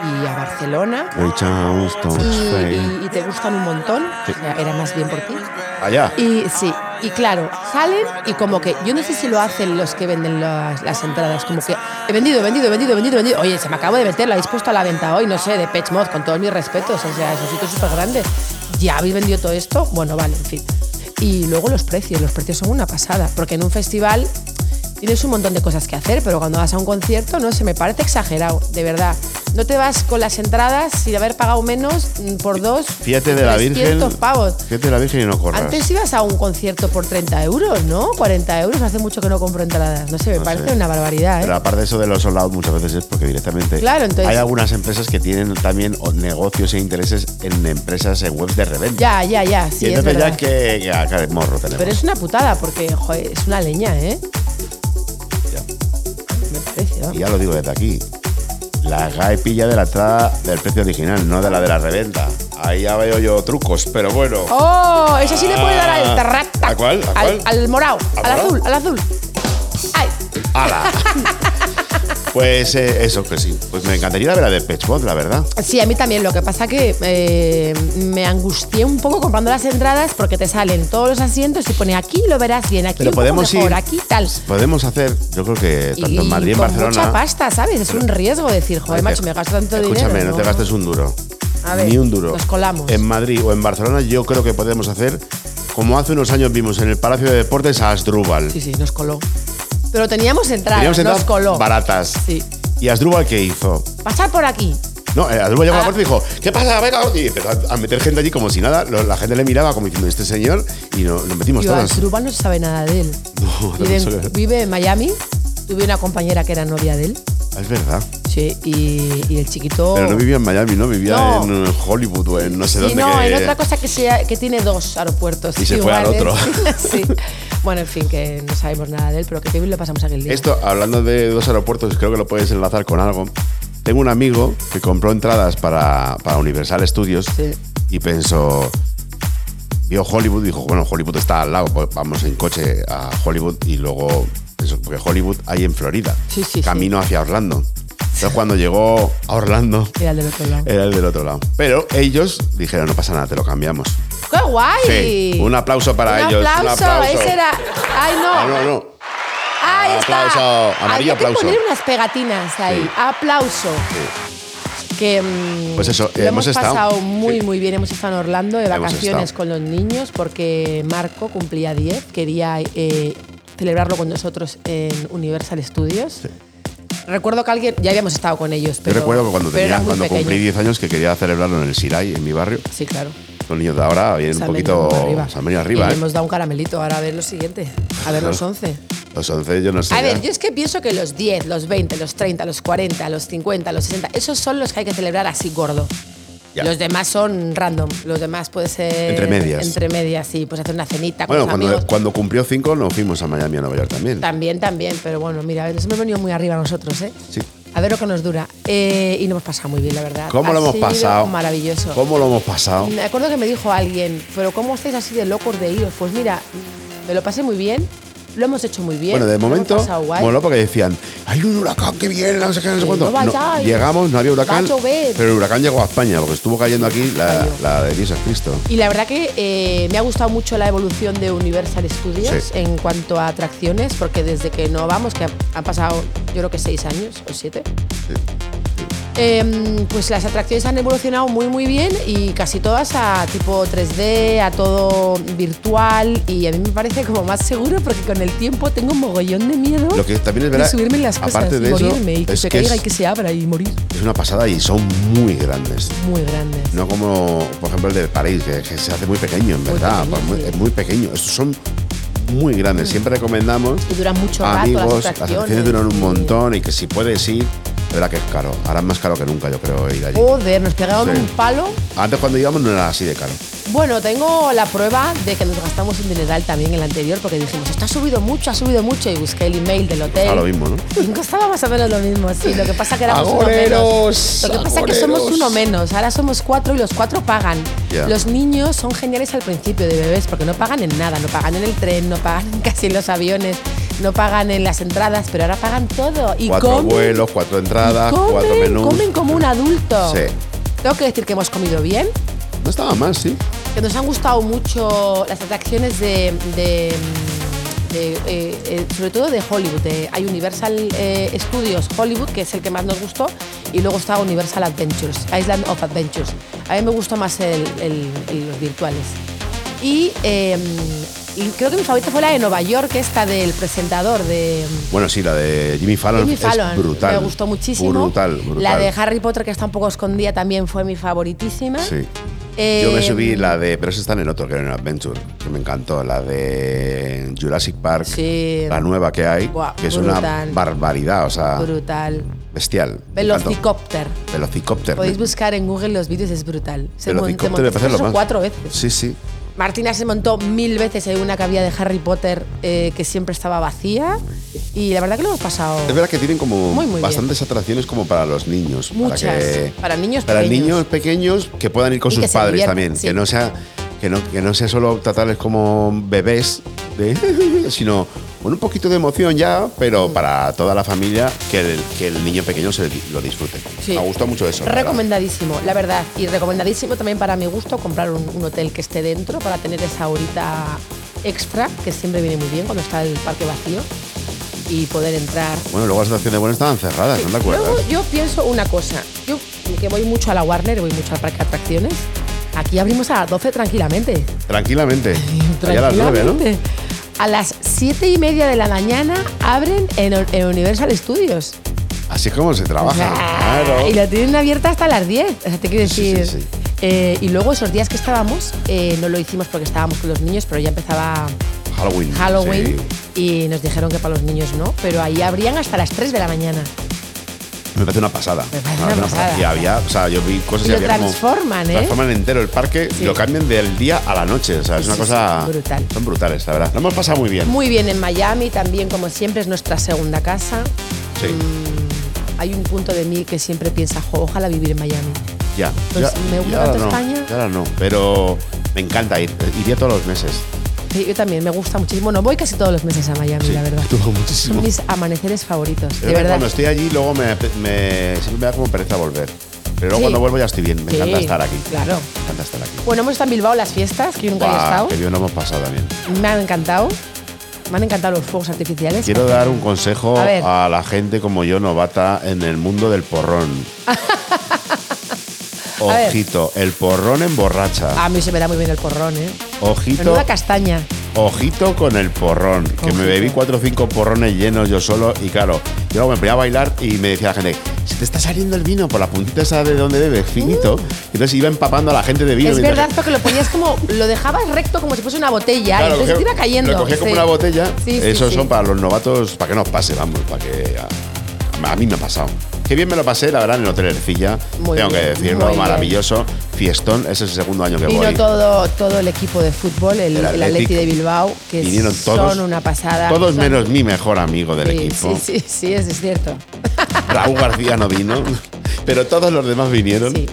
C: y a Barcelona.
B: Reach out, touch
C: Y,
B: faith.
C: y- y te gustan un montón, O sea, era más bien por ti.
B: Allá.
C: Y sí, y claro, salen y como que, yo no sé si lo hacen los que venden las, las entradas, como que he vendido, he vendido, he vendido, he vendido, he vendido. Oye, se me acabo de meter, la habéis puesto a la venta hoy, no sé, de Pet Mod, con todos mis respetos, o sea, es un sitio súper grande. ¿Ya habéis vendido todo esto? Bueno, vale, en fin. Y luego los precios, los precios son una pasada, porque en un festival tienes un montón de cosas que hacer, pero cuando vas a un concierto, no sé, me parece exagerado, de verdad. No te vas con las entradas sin haber pagado menos mm, por dos.
B: Fíjate de la Virgen.
C: 300 pavos.
B: Fíjate de la Virgen y no corras.
C: Antes ibas a un concierto por 30 euros, ¿no? 40 euros, hace mucho que no compro entradas. No sé, me
B: No
C: parece
B: sé.
C: una barbaridad, ¿eh?
B: Pero aparte de eso de los sold out muchas veces es porque directamente
C: Claro, entonces-
B: hay algunas empresas que tienen también o- negocios e intereses en empresas en webs de reventa.
C: Ya, ya, ya, sí,
B: y
C: es
B: entonces
C: verdad.
B: ya que, que acá el morro tenemos.
C: Pero es una putada porque, joder, es una leña, ¿eh?
B: Ya.
C: Me parece, ¿no?
B: Y ya lo digo desde aquí. La GAE pilla de la entrada del precio original, no de la de la reventa. Ahí ya veo yo trucos, pero bueno.
C: ¡Oh! Eso sí le puede dar al
B: Ah.
C: tarrata.
B: ¿A cuál? ¿A cuál?
C: Al, al morado,
B: ¿Al
C: al,
B: morao?
C: azul, al azul. ¡Ay!
B: ¡Hala! pues eh, eso que sí. Pues me encantaría ver la de Pechbot, la verdad.
C: Sí, a mí también. Lo que pasa que eh, me angustié un poco comprando las entradas porque te salen todos los asientos y pone aquí lo verás bien, aquí
B: Pero
C: un poco
B: podemos
C: mejor,
B: ir-
C: aquí tal.
B: Podemos hacer, yo creo que
C: Y-
B: Pues tanto en Madrid,
C: y
B: en
C: con
B: Barcelona.
C: mucha pasta, ¿sabes? Es un riesgo decir, joder, macho, me gasto tanto dinero.
B: Escúchame, no te gastes un duro.
C: A ver,
B: ni un duro.
C: nos colamos.
B: En Madrid o en Barcelona yo creo que podemos hacer, como hace unos años vimos en el Palacio de Deportes a Asdrúbal.
C: Sí, sí, nos coló. Pero teníamos entradas,
B: Teníamos
C: nos
B: entradas
C: coló.
B: baratas.
C: Sí.
B: ¿Y Asdrúbal qué hizo?
C: Pasar por aquí.
B: No, eh, Asdrúbal llegó a la
C: Ah.
B: puerta y dijo, ¿qué pasa? Venga, y empezó a, a meter gente allí como si nada. Lo- la gente le miraba como diciendo, este señor, y no- nos metimos
C: Yo,
B: todos.
C: Asdrúbal no se sabe nada de él.
B: No, no
C: vive, en-
B: sé.
C: vive en Miami. Tuve una compañera que era novia de él.
B: Es verdad.
C: Sí, y, y el chiquito.
B: Pero no vivía en Miami, ¿no? Vivía
C: Oh. No.
B: en Hollywood o en no sé
C: Sí,
B: dónde.
C: no,
B: que-
C: en otra cosa que, sea, que tiene dos aeropuertos.
B: Y se fue al
C: iguales.
B: otro.
C: sí. Bueno, en fin, que no sabemos nada de él, pero que qué bien lo pasamos aquel día.
B: Esto, hablando de dos aeropuertos, creo que lo puedes enlazar con algo. Tengo un amigo que compró entradas para, para Universal Studios
C: Sí.
B: y pensó. Vio Hollywood y dijo: Bueno, Hollywood está al lado, pues vamos en coche a Hollywood y luego. eso, porque Hollywood hay en Florida.
C: Sí, sí, sí.
B: camino hacia Orlando. Entonces, cuando llegó a Orlando,
C: Era el del otro lado.
B: era el del otro lado. Pero ellos dijeron: No pasa nada, te lo cambiamos.
C: ¡Qué guay!
B: Sí, un aplauso para
C: Un
B: ellos.
C: Aplauso, Ese era. ¡Ay, no!
B: Ah, no, no.
C: ¡Ahí está!
B: Aplauso, amarillo
C: Había que
B: aplauso.
C: poner unas pegatinas ahí.
B: Sí.
C: Aplauso. Que, mm,
B: Pues eso,
C: lo
B: hemos
C: hemos,
B: estado.
C: pasado muy,
B: Sí.
C: muy bien. Hemos estado en Orlando de
B: Hemos
C: vacaciones
B: estado.
C: con los niños porque Marco cumplía 10. Quería eh, celebrarlo con nosotros en Universal Studios. Recuerdo que alguien, ya habíamos estado con ellos,
B: Yo
C: pero.
B: recuerdo que cuando,
C: pero
B: tenía,
C: eran muy
B: cuando cumplí
C: pequeños.
B: 10 años que quería celebrarlo en el Sirai, en mi barrio.
C: Sí, claro.
B: Los niños de ahora vienen
C: Se
B: un
C: han
B: poquito.
C: venido arriba.
B: Se han venido arriba.
C: Y
B: ¿eh?
C: le hemos dado un caramelito. Ahora a ver lo siguiente. A ver los 11.
B: Los 11, yo no sé.
C: A
B: ya.
C: ver, yo es que pienso que los 10, los 20, los 30, los 40, los 50, los 60, esos son los que hay que celebrar así gordo.
B: Ya.
C: Los demás son random. Los demás puede ser.
B: Entre medias.
C: Entre medias, sí. Pues hacer una cenita con
B: Bueno,
C: los
B: cuando,
C: amigos.
B: cuando cumplió 5 nos fuimos a Miami, a Nueva York también.
C: También, también. Pero bueno, mira, a ver, nos hemos venido muy arriba nosotros, ¿eh?
B: Sí.
C: A ver lo que nos dura. Eh, y nos hemos pasado muy bien, la verdad.
B: ¿Cómo
C: Ha
B: lo hemos
C: sido
B: pasado?
C: Maravilloso.
B: ¿Cómo lo hemos pasado?
C: Me acuerdo que me dijo alguien, pero ¿cómo estáis así de locos de iros? Pues mira, me lo pasé muy bien, lo hemos hecho muy bien.
B: Bueno, de
C: lo hemos
B: momento,
C: pasado guay.
B: bueno, porque decían, hay un huracán que viene, no sé qué, no sé
C: Sí,
B: cuánto.
C: no vayáis,
B: llegamos, no había huracán,
C: va a llover.
B: pero el huracán llegó a España, porque estuvo cayendo aquí la,
C: Cayó.
B: la de Dios es Cristo.
C: Y la verdad que eh, me ha gustado mucho la evolución de Universal Studios
B: Sí.
C: en cuanto a atracciones, porque desde que no vamos, que ha- han pasado yo creo que seis años o siete, em, pues las atracciones han evolucionado muy muy bien y casi todas a tipo 3D, a todo virtual y a mí me parece como más seguro porque con el tiempo tengo un mogollón de miedo
B: Lo que también es
C: de
B: verdad,
C: subirme en las cosas,
B: aparte de eso,
C: morirme y que
B: es
C: se
B: que
C: caiga
B: es-
C: y que se abra y morir.
B: Es una pasada y son muy grandes.
C: Muy grandes.
B: No como, por ejemplo, el de París, que que se hace muy pequeño, en
C: Muy
B: verdad.
C: pequeño,
B: pues muy-
C: sí. Mm.
B: Es muy pequeño. Estos son muy grandes. Siempre recomendamos
C: Y duran mucho rato
B: amigos,
C: las
B: las
C: atracciones.
B: atracciones duran un
C: y-
B: montón y que si puedes ir, De verdad que es caro. Ahora es más caro que nunca, yo creo, ir allí.
C: Joder, nos pegaron
B: Sí.
C: un palo.
B: Antes cuando íbamos no era así de caro.
C: Bueno, tengo la prueba de que nos gastamos un dineral también el anterior porque dijimos, esto ha subido mucho, ha subido mucho y busqué el email del hotel.
B: Ahora Ah, lo mismo, ¿no?
C: Y costaba más o menos lo mismo, sí. Lo que pasa que éramos uno menos.
B: Agoreros,
C: Lo que pasa que
B: agoreros.
C: somos uno menos. Ahora somos cuatro y los cuatro pagan.
B: Ya.
C: Los niños son geniales al principio de bebés porque no pagan en nada. No pagan en el tren, no pagan casi en los aviones, no pagan en las entradas, pero ahora pagan todo. Y
B: cuatro
C: comen.
B: vuelos, cuatro entradas,
C: comen,
B: cuatro menús.
C: comen como un adulto.
B: Sí.
C: Tengo que decir que hemos comido bien,
B: No estaba mal, sí.
C: que nos han gustado mucho las atracciones de, de- de, eh, eh, sobre todo de Hollywood. de- hay Universal eh, Studios Hollywood, que es el que más nos gustó, y luego está Universal Adventures, Island of Adventures. A mí me gustó más el- el- el- los virtuales. Y, eh, y creo que mi favorita fue la de Nueva York, esta del presentador de...
B: Bueno, sí, la de Jimmy Fallon,
C: Jimmy Fallon,
B: es brutal.
C: me gustó muchísimo.
B: Brutal, brutal.
C: La de Harry Potter, que está un poco escondida, también fue mi favoritísima.
B: Sí.
C: Eh,
B: Yo me subí la de. Pero eso está en el otro, que era en Adventure, que me encantó. La de Jurassic Park,
C: Sí.
B: la nueva que hay,
C: Buah,
B: que es
C: brutal.
B: una barbaridad, o sea,
C: Brutal.
B: bestial. Me encantó.
C: Velocicopter.
B: Velocicopter.
C: Podéis
B: me-
C: buscar en Google los vídeos, es brutal. Se mon- te
B: Velocicopter me parece
C: montaste
B: lo
C: eso
B: más.
C: cuatro veces.
B: Sí, sí.
C: Martina se montó mil veces en una cabina de Harry Potter eh, que siempre estaba vacía y la verdad que lo hemos pasado.
B: Es verdad que tienen como
C: Muy, muy bien.
B: bastantes atracciones como para los niños.
C: Muchas.
B: Para, que-
C: Para niños
B: Para
C: pequeños.
B: niños pequeños que puedan ir con
C: Y que
B: sus
C: se
B: padres
C: diviertan,
B: también.
C: sí.
B: Que no sea que no, que no sea solo tratarles como bebés, de, sino con un poquito de emoción ya, pero para toda la familia, que el, que el niño pequeño se lo disfrute.
C: Sí.
B: Me gustó mucho eso. la verdad.
C: Recomendadísimo, la verdad. Y recomendadísimo también para mi gusto comprar un, un hotel que esté dentro para tener esa horita extra, que siempre viene muy bien cuando está el parque vacío y poder entrar.
B: Bueno, luego las estaciones de bueno estaban cerradas, ¿no te acuerdas?
C: Luego yo pienso una cosa. Yo que voy mucho a la Warner, voy mucho al parque de atracciones. Aquí abrimos a las 12 tranquilamente.
B: Tranquilamente. Allá a las nueve,
C: Tranquilamente.
B: ¿no?
C: A las 7 y media de la mañana abren en, en Universal Studios.
B: Así es como se
C: O
B: trabaja.
C: sea,
B: claro.
C: Y la tienen abierta hasta las 10. O sea, te quiero
B: Sí, sí,
C: decir.
B: sí.
C: eh, y luego esos días que estábamos, eh, no lo hicimos porque estábamos con los niños, pero ya empezaba
B: Halloween.
C: Halloween
B: sí.
C: y nos dijeron que para los niños no, pero ahí abrían hasta las 3 de la mañana.
B: Me parece una pasada.
C: Me parece una pasada.
B: Y había, o sea, yo vi cosas
C: Y
B: y
C: lo
B: había
C: transforman,
B: como,
C: ¿eh?
B: Transforman entero el parque y
C: Sí.
B: lo cambian del día a la noche. O sea, es
C: Sí,
B: una
C: sí,
B: cosa.
C: sí, brutal.
B: Son brutales, la verdad. Lo hemos pasado muy bien.
C: Muy bien en Miami, también como siempre es nuestra segunda casa.
B: sí,
C: Mm, Hay un punto de mí que siempre piensa, "Jo, ojalá vivir en Miami.
B: ya.
C: pues
B: ya,
C: me gusta
B: ya ahora
C: tanto
B: no,
C: España.
B: ya ahora no, pero me encanta ir. Iría todos los meses.
C: Sí, yo también, me gusta muchísimo. No voy casi todos los meses a Miami,
B: Sí,
C: la verdad.
B: estuvo muchísimo.
C: Son mis amaneceres favoritos,
B: Es
C: de
B: verdad que
C: verdad.
B: Cuando estoy allí, luego me, me- siempre me da como pereza volver. Pero luego
C: Sí.
B: cuando vuelvo ya estoy bien. Me
C: Sí,
B: encanta estar aquí.
C: claro.
B: Me encanta estar aquí.
C: Bueno, hemos estado en Bilbao las fiestas, que yo nunca había
B: Guau,
C: estado.
B: que bien lo hemos pasado también.
C: Me han encantado. Me han encantado los fuegos artificiales.
B: Quiero dar un consejo
C: A ver.
B: a, la gente como yo, novata, en el mundo del porrón.
C: ver.
B: Ojito, el porrón emborracha.
C: A mí se me da muy bien el porrón, ¿eh?
B: Ojito,
C: Menuda castaña.
B: ojito con el porrón. Que
C: Ojito.
B: me bebí cuatro o cinco porrones llenos yo solo y claro, yo luego me ponía a bailar y me decía la gente, se te está saliendo el vino por la puntita esa de donde bebes, finito. Y entonces iba empapando a la gente de vino.
C: Uh. Es
B: mientras-
C: verdad, porque lo ponías como. Lo dejabas recto como si fuese una botella.
B: Claro,
C: y entonces te
B: cogía-
C: pues iba cayendo.
B: Lo cogía como
C: Sí.
B: una botella.
C: Sí, sí,
B: Esos
C: sí.
B: son para los novatos, para que nos pase, vamos, para que. A, a mí me ha pasado. Qué bien me lo pasé, la verdad, en el Hotel Ercilla.
C: Muy
B: Tengo
C: bien,
B: que decirlo,
C: muy
B: maravilloso. Fiestón, ese es el segundo año que
C: Vino
B: voy.
C: todo, todo el equipo de fútbol, el,
B: El
C: el
B: Athletic.
C: Atleti de Bilbao, que
B: Vinieron todos.
C: son una pasada.
B: Todos
C: Son-
B: menos mi mejor amigo del
C: Sí,
B: equipo.
C: Sí, sí, sí, eso es cierto.
B: Raúl García no vino, pero todos los demás vinieron.
C: Sí.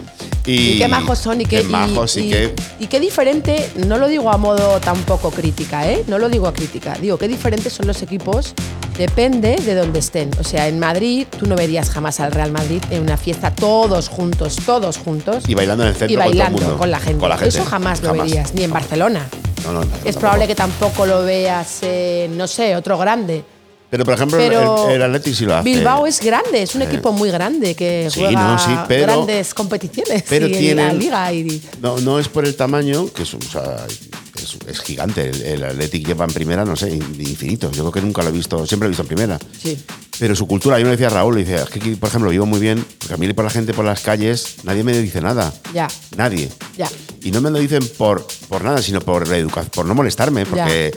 B: Y,
C: Y, qué majos son y qué,
B: Qué majos y,
C: y-
B: qué.
C: y qué diferente, no lo digo a modo tampoco crítica, ¿eh? No lo digo a crítica, digo qué diferentes son los equipos, depende de dónde estén. O sea, en Madrid tú no verías jamás al Real Madrid en una fiesta todos juntos, todos juntos.
B: Y bailando en el centro
C: y
B: con todo el
C: bailando
B: mundo.
C: con la gente.
B: Con la gente.
C: Eso jamás, lo
B: Jamás.
C: verías, ni en Barcelona.
B: No, no, no,
C: Es
B: tampoco.
C: probable que tampoco lo veas, eh, no sé, otro grande.
B: Pero, por ejemplo, el-
C: Pero
B: el, Atlético sí lo hace.
C: Bilbao es grande, es un equipo muy grande que
B: Sí,
C: juega
B: no, sí, pero-
C: grandes competiciones
B: pero
C: y en la
B: tienen-
C: liga. y-
B: No, no es por el tamaño, que es, o sea, es, es gigante. El, el Athletic lleva en primera, no sé, in- infinito. Yo creo que nunca lo he visto, siempre lo he visto en primera.
C: Sí.
B: Pero su cultura, yo me decía a Raúl, le decía, es que aquí, por ejemplo, vivo muy bien, porque a mí por la gente por las calles, nadie me dice nada.
C: Ya.
B: Nadie.
C: Ya.
B: Y no me lo dicen por, por nada, sino por la educación, por no molestarme, porque,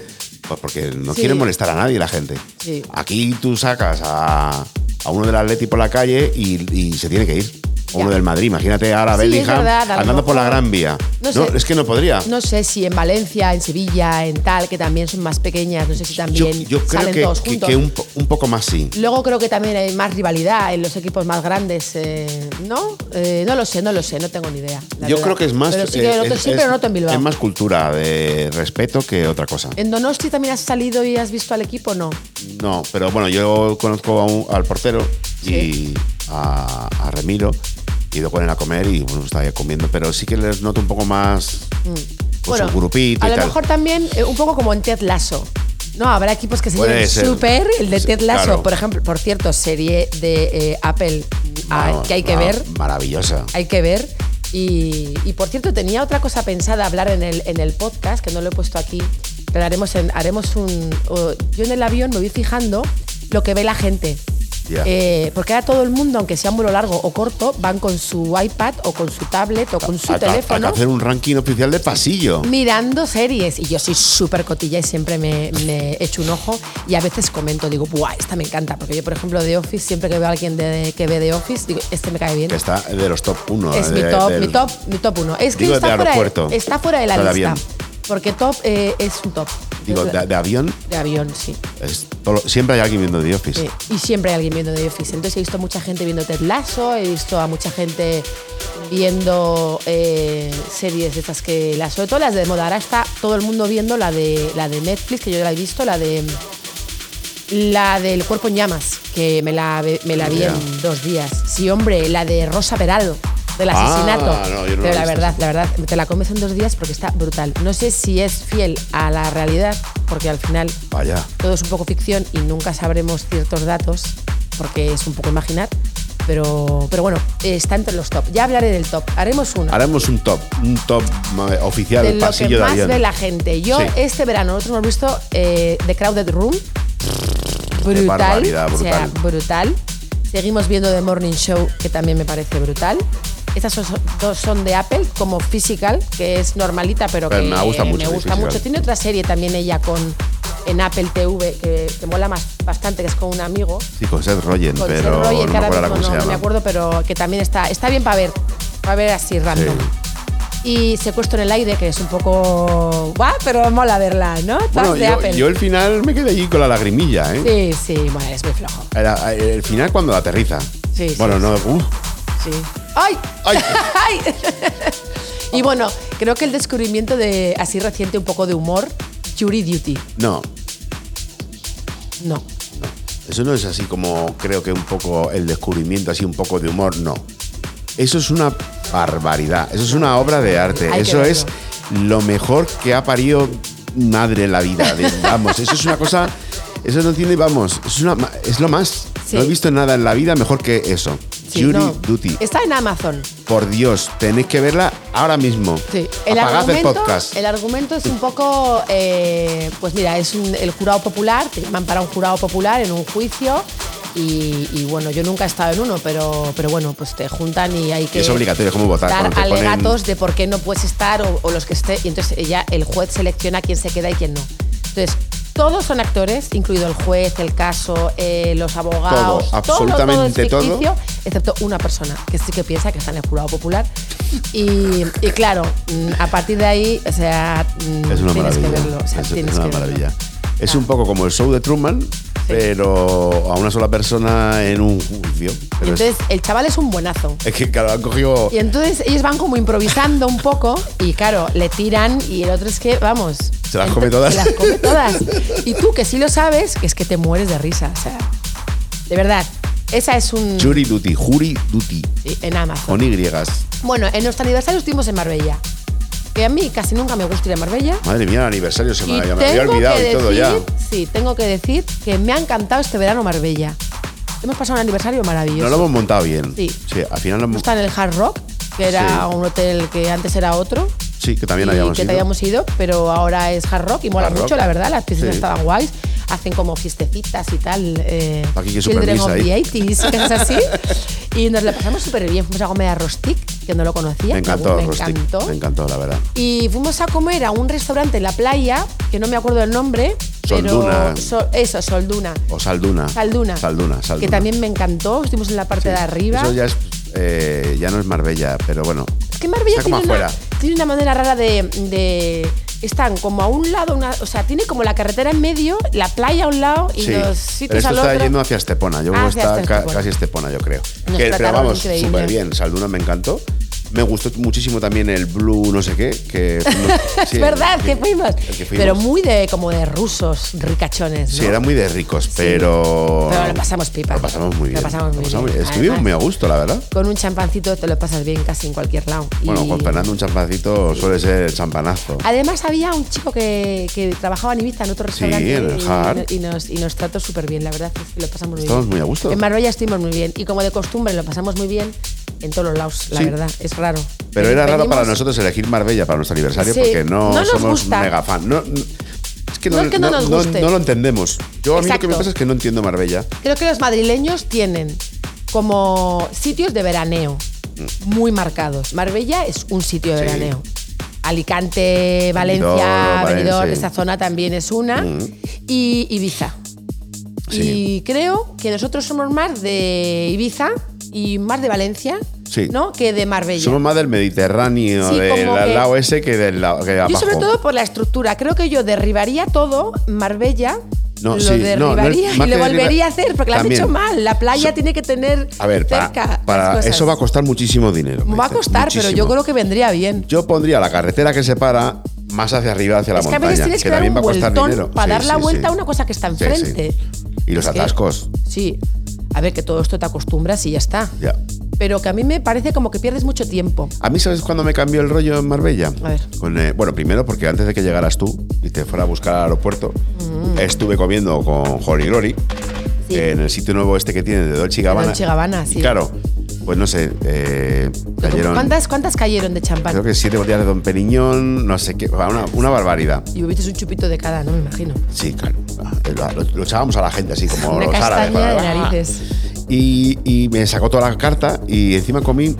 B: pues porque no
C: Sí.
B: quieren molestar a nadie la gente.
C: Sí.
B: Aquí tú sacas a, a uno del Atleti por la calle y, y se tiene que ir. O
C: Ya.
B: uno del Madrid. Imagínate ahora a
C: Sí, es
B: Bellingham
C: verdad, a lo
B: andando por la
C: mejor.
B: Gran Vía.
C: No sé.
B: es que no podría.
C: No sé si en Valencia, en Sevilla, en tal, que también son más pequeñas, no sé si
B: yo,
C: también
B: yo creo
C: salen
B: que,
C: todos
B: que-
C: juntos.
B: que un, po- un poco más sí.
C: Luego creo que también hay más rivalidad en los equipos más grandes, eh, ¿no? Eh, no lo sé, no lo sé, no tengo ni idea. la
B: Yo
C: verdad.
B: creo que es más.
C: Pero sí,
B: eh,
C: que noto-
B: es-
C: sí,
B: es-
C: pero noto en Bilbao.
B: es más cultura de respeto que otra cosa.
C: ¿En Donosti también has salido y has visto al equipo no?
B: No, pero bueno, yo conozco a un- al portero
C: Sí.
B: y a, a Remiro. He ido con él a comer y bueno, estaba ahí comiendo, pero sí que les noto un poco más con su Pues grupito
C: Mm. a
B: y
C: lo
B: tal.
C: mejor también eh, un poco como en Ted Lasso. No, habrá equipos que se
B: Puede
C: lleven
B: ser.
C: súper. El de
B: Sí,
C: Ted Lasso,
B: claro.
C: por ejemplo, por cierto, serie de eh, Apple ah,
B: Vamos,
C: que hay que
B: ma-
C: ver.
B: Maravillosa.
C: hay que ver. Y, y, por cierto, tenía otra cosa pensada hablar en el, en el podcast, que no lo he puesto aquí, pero haremos, en- haremos un... o- yo en el avión me voy fijando lo que ve la gente.
B: Ya.
C: Eh, porque ahora todo el mundo, aunque sea un vuelo largo o corto, van con su iPad o con su tablet o con su
B: Hay que- Hay que
C: teléfono
B: hacer un ranking oficial de pasillo.
C: mirando series. Y yo soy súper cotilla y siempre me, me echo un ojo y a veces comento, digo, ¡buah, esta me encanta! Porque yo, por ejemplo, de Office, siempre que veo a alguien de- que ve de Office, digo, este me cae bien.
B: Que está de los top eh, 1.
C: Es mi top, mi top, mi top uno. Es que
B: Digo, de
C: está fuera,
B: aeropuerto.
C: de, está fuera de la
B: Está de
C: lista.
B: avión.
C: Porque top eh, es un top.
B: Digo,
C: Es
B: de, de avión,
C: de avión, sí.
B: es todo lo- siempre hay alguien viendo The Office.
C: Sí. Eh, Y siempre hay alguien viendo The Office. Entonces he visto mucha gente viendo Ted Lasso, he visto a mucha gente viendo eh, series de estas que las sobre todo las de moda ahora está todo el mundo viendo la de la de Netflix que yo la he visto la de la del cuerpo en llamas que me la ve- me la vi
B: Ya.
C: en dos días sí hombre la de Rosa Peraldo del
B: Ah,
C: asesinato
B: no, yo no la he
C: pero la
B: visto.
C: verdad la verdad te la comes en dos días porque está brutal no sé si es fiel a la realidad porque al final
B: Vaya.
C: todo es un poco ficción y nunca sabremos ciertos datos porque es un poco imaginar. Pero, pero bueno, eh, está entre los top. Ya hablaré del top. Haremos uno.
B: Haremos un top, un top eh, oficial
C: de
B: del
C: lo que
B: pasillo de
C: más
B: avión.
C: ve la gente. Yo
B: Sí.
C: este verano, nosotros hemos visto eh, The Crowded Room. Brutal.
B: barbaridad,
C: O sea,
B: brutal.
C: brutal. Seguimos viendo The Morning Show, que también me parece brutal. Estas son, dos son de Apple, como Physical, que es normalita, pero,
B: Pero
C: que
B: me gusta mucho The
C: gusta
B: Physical.
C: mucho. Tiene otra serie también ella con en Apple TV, que, que mola más, bastante, que es con un amigo.
B: Sí, con Seth Rogen,
C: Con Seth
B: pero
C: Rogen,
B: no
C: que
B: me
C: ahora
B: acuerdo ahora
C: mismo
B: cómo
C: no,
B: se
C: no
B: llama.
C: me acuerdo, pero que también está, está bien para ver, para ver así random. Y Secuestro en el aire, que es un poco guau, pero mola verla, ¿no? Todas
B: Bueno,
C: de
B: yo,
C: Apple.
B: yo al final me quedé allí con la lagrimilla, ¿eh?
C: Sí, sí, bueno, es muy flojo.
B: Era- eh, el final cuando aterriza.
C: Sí, sí,
B: bueno, no. uf.
C: Sí. ¡Ay!
B: Ay.
C: ¡Ay! y bueno, creo que el descubrimiento de así reciente un poco de humor, Jury Duty.
B: no,
C: No.
B: eso no es así como creo que un poco el descubrimiento, así un poco de humor, no. Eso es una barbaridad, eso es una obra de arte,
C: Hay que
B: eso
C: verlo.
B: es lo mejor que ha parido madre en la vida. de- vamos, eso es una cosa, eso no tiene, vamos, es, una, ma- es lo más.
C: Sí.
B: No he visto nada en la vida mejor que eso.
C: Sí,
B: Jury
C: no.
B: Duty.
C: Está en Amazon.
B: Por Dios, tenéis que verla ahora mismo.
C: Sí, el
B: Apagad el
C: argumento,
B: podcast.
C: el argumento es un poco, eh, pues mira, es un- el jurado popular, te llaman para un jurado popular en un juicio y, y bueno, yo nunca he estado en uno, pero, pero bueno, pues te juntan y hay que
B: Es obligatorio, es como votar,
C: dar
B: cuando te ponen-
C: alegatos de por qué no puedes estar o, o los que esté y entonces ella, el juez selecciona quién se queda y quién no. Entonces todos son actores, incluido el juez, el caso, eh, los abogados,
B: Todo,
C: todo,
B: absolutamente
C: todo.
B: todo.
C: es ficticio, excepto una persona que sí que piensa que está en el jurado popular. Y, y claro, mm, a partir de ahí, o sea, mm,
B: Es una
C: tienes
B: maravilla.
C: que verlo. o sea,
B: es,
C: tienes
B: es una
C: que verlo.
B: maravilla. Es un poco como el show de Truman, pero a una sola persona en un juicio.
C: Y
B: Pero es-
C: entonces, el chaval es un buenazo.
B: es, que claro, han cogido.
C: Y entonces ellos van como improvisando un poco y claro, le tiran y el otro es que, vamos.
B: Se las
C: ento-
B: come todas.
C: Se las come todas. Y tú que sí lo sabes, que es que te mueres de risa. O sea, de verdad, esa es un...
B: Jury Duty, Jury Duty,
C: sí, en Amazon.
B: con Y.
C: Bueno, en nuestro aniversario estuvimos en Marbella. Que a mí casi nunca me gusta ir a Marbella.
B: Madre mía, el aniversario se me,
C: Y
B: había- me había
C: tengo
B: olvidado
C: que
B: y todo ya.
C: decir- Sí, tengo que decir que me ha encantado este verano Marbella. Hemos pasado un aniversario maravilloso.
B: No lo hemos montado bien.
C: Sí.
B: al final lo
C: Hemos
B: hemos.
C: estado en el Hard Rock, que era
B: Sí.
C: un hotel que antes era otro.
B: Sí, que también
C: y
B: habíamos
C: que te
B: ido.
C: habíamos ido, pero ahora es Hard Rock y mola
B: Hard
C: mucho,
B: Rock.
C: la verdad. Las piscinas
B: Sí.
C: estaban guays. hacen como fiestecitas y tal. Eh,
B: Aquí que
C: Children of
B: supervisa
C: the
B: ahí.
C: 80s, cosas así. y nos la pasamos súper bien. Fuimos a comer a Rostic, que no lo conocía.
B: Me encantó,
C: me
B: Rustic.
C: encantó.
B: Me encantó, la verdad.
C: Y fuimos a comer a un restaurante en la playa, que no me acuerdo el nombre.
B: Solduna.
C: Pero Sol- eso, Solduna.
B: O Salduna.
C: Salduna.
B: Oh. Salduna, Salduna.
C: Que también me encantó. Estuvimos en la parte de arriba.
B: Eso ya es. eh, ya no es Marbella, pero bueno.
C: Es que Marbella
B: Está como
C: tiene una,
B: afuera.
C: tiene una manera rara de, de- Están como a un lado, una, o sea, tiene como la carretera en medio, la playa a un lado y
B: sí.
C: los
B: pero
C: sitios
B: esto
C: al
B: está
C: otro.
B: yendo hacia Estepona. Yo creo
C: Ah,
B: que
C: hacia
B: está ca-
C: Estepona.
B: casi Estepona, yo creo.
C: Nos
B: Que- pero
C: trataron
B: vamos,
C: increíble.
B: súper bien. Salduna me encantó. Me gustó muchísimo también el Blue, no sé qué. Que, no-
C: Es
B: sí,
C: verdad
B: el-
C: que fuimos,
B: el que fuimos.
C: pero muy de como de rusos ricachones.
B: Sí,
C: ¿no?
B: era muy de ricos, pero.
C: Pero lo pasamos pipa.
B: Lo pasamos muy
C: Lo
B: bien.
C: pasamos muy bien.
B: Estuvimos
C: Además-
B: muy a gusto, la verdad.
C: Con un champancito te lo pasas bien casi en cualquier lado.
B: Bueno,
C: Y-
B: Juan Fernando, un champacito suele ser champanazo.
C: Además había un chico que, que trabajaba en Ibiza en otro
B: Sí,
C: restaurante
B: en el
C: y-
B: Hard.
C: y, nos, y nos trató súper bien, la verdad es que lo pasamos muy
B: Estamos
C: bien.
B: muy a gusto.
C: En Marbella estuvimos muy bien y como de costumbre lo pasamos muy bien en todos los lados, la
B: Sí.
C: verdad, es raro.
B: Pero era raro
C: Venimos-
B: para nosotros elegir Marbella para nuestro aniversario
C: Sí.
B: porque no,
C: No nos
B: somos
C: gusta.
B: mega fan. No, no- es que no,
C: No es que no nos guste.
B: no lo entendemos. Yo a mí lo que
C: Exacto.
B: me pasa es que no entiendo Marbella.
C: Creo que los madrileños tienen como sitios de veraneo muy marcados. Marbella es un sitio de
B: Sí.
C: veraneo. Alicante,
B: Benidorm,
C: Valencia, Benidorm,
B: Valencia. Mm.
C: esa zona también es una. Y Ibiza.
B: Sí.
C: Y creo que nosotros somos más de Ibiza y más de Valencia,
B: Sí.
C: ¿no? Que de Marbella.
B: Somos más del Mediterráneo,
C: Sí,
B: del
C: como que-
B: lado ese que del lado que
C: yo
B: abajo.
C: sobre todo por la estructura. Creo que yo derribaría todo Marbella.
B: No,
C: lo
B: sí, no, no es-
C: derribaría
B: más
C: y lo
B: que derriba-
C: volvería a hacer porque lo has
B: También.
C: hecho mal. La playa
B: So-
C: tiene que tener
B: a ver, para,
C: cerca. las
B: para-
C: cosas.
B: eso va a costar muchísimo dinero. me
C: Va a
B: dice,
C: costar, pero yo
B: muchísimo.
C: creo que vendría bien.
B: Yo pondría la carretera que separa más hacia arriba, hacia
C: es
B: la
C: que a
B: montaña,
C: veces tienes que, dar
B: también
C: un
B: va a costar
C: vueltón
B: dinero.
C: para
B: Sí,
C: dar la
B: sí,
C: vuelta
B: sí.
C: a una cosa que está
B: Sí, sí.
C: enfrente.
B: Y los
C: Es que-
B: atascos.
C: Sí. A ver, que todo esto te acostumbras y ya está.
B: Ya.
C: Pero que a mí me parece como que pierdes mucho tiempo.
B: A mí, ¿sabes cuándo me cambió el rollo en Marbella?
C: A ver.
B: Con, eh, bueno, primero porque antes de que llegaras tú y te fuera a buscar al aeropuerto, estuve comiendo con Holly Glory
C: Mm. Sí.
B: en el sitio nuevo este que tiene de Dolce y Gabbana.
C: Dolce y Gabbana,
B: Y
C: sí.
B: claro, pues no sé, eh, cayeron.
C: ¿Cuántas, ¿Cuántas cayeron de champán?
B: Creo que siete botellas de Don Periñón, no sé qué, una, una barbaridad.
C: Y bebiste un chupito de cada, no me imagino.
B: Sí, claro. Lo, lo echábamos a la gente así como
C: Una
B: los árabes.
C: castaña de
B: ¡Ah!
C: narices.
B: Y, y me sacó toda la carta y encima comí.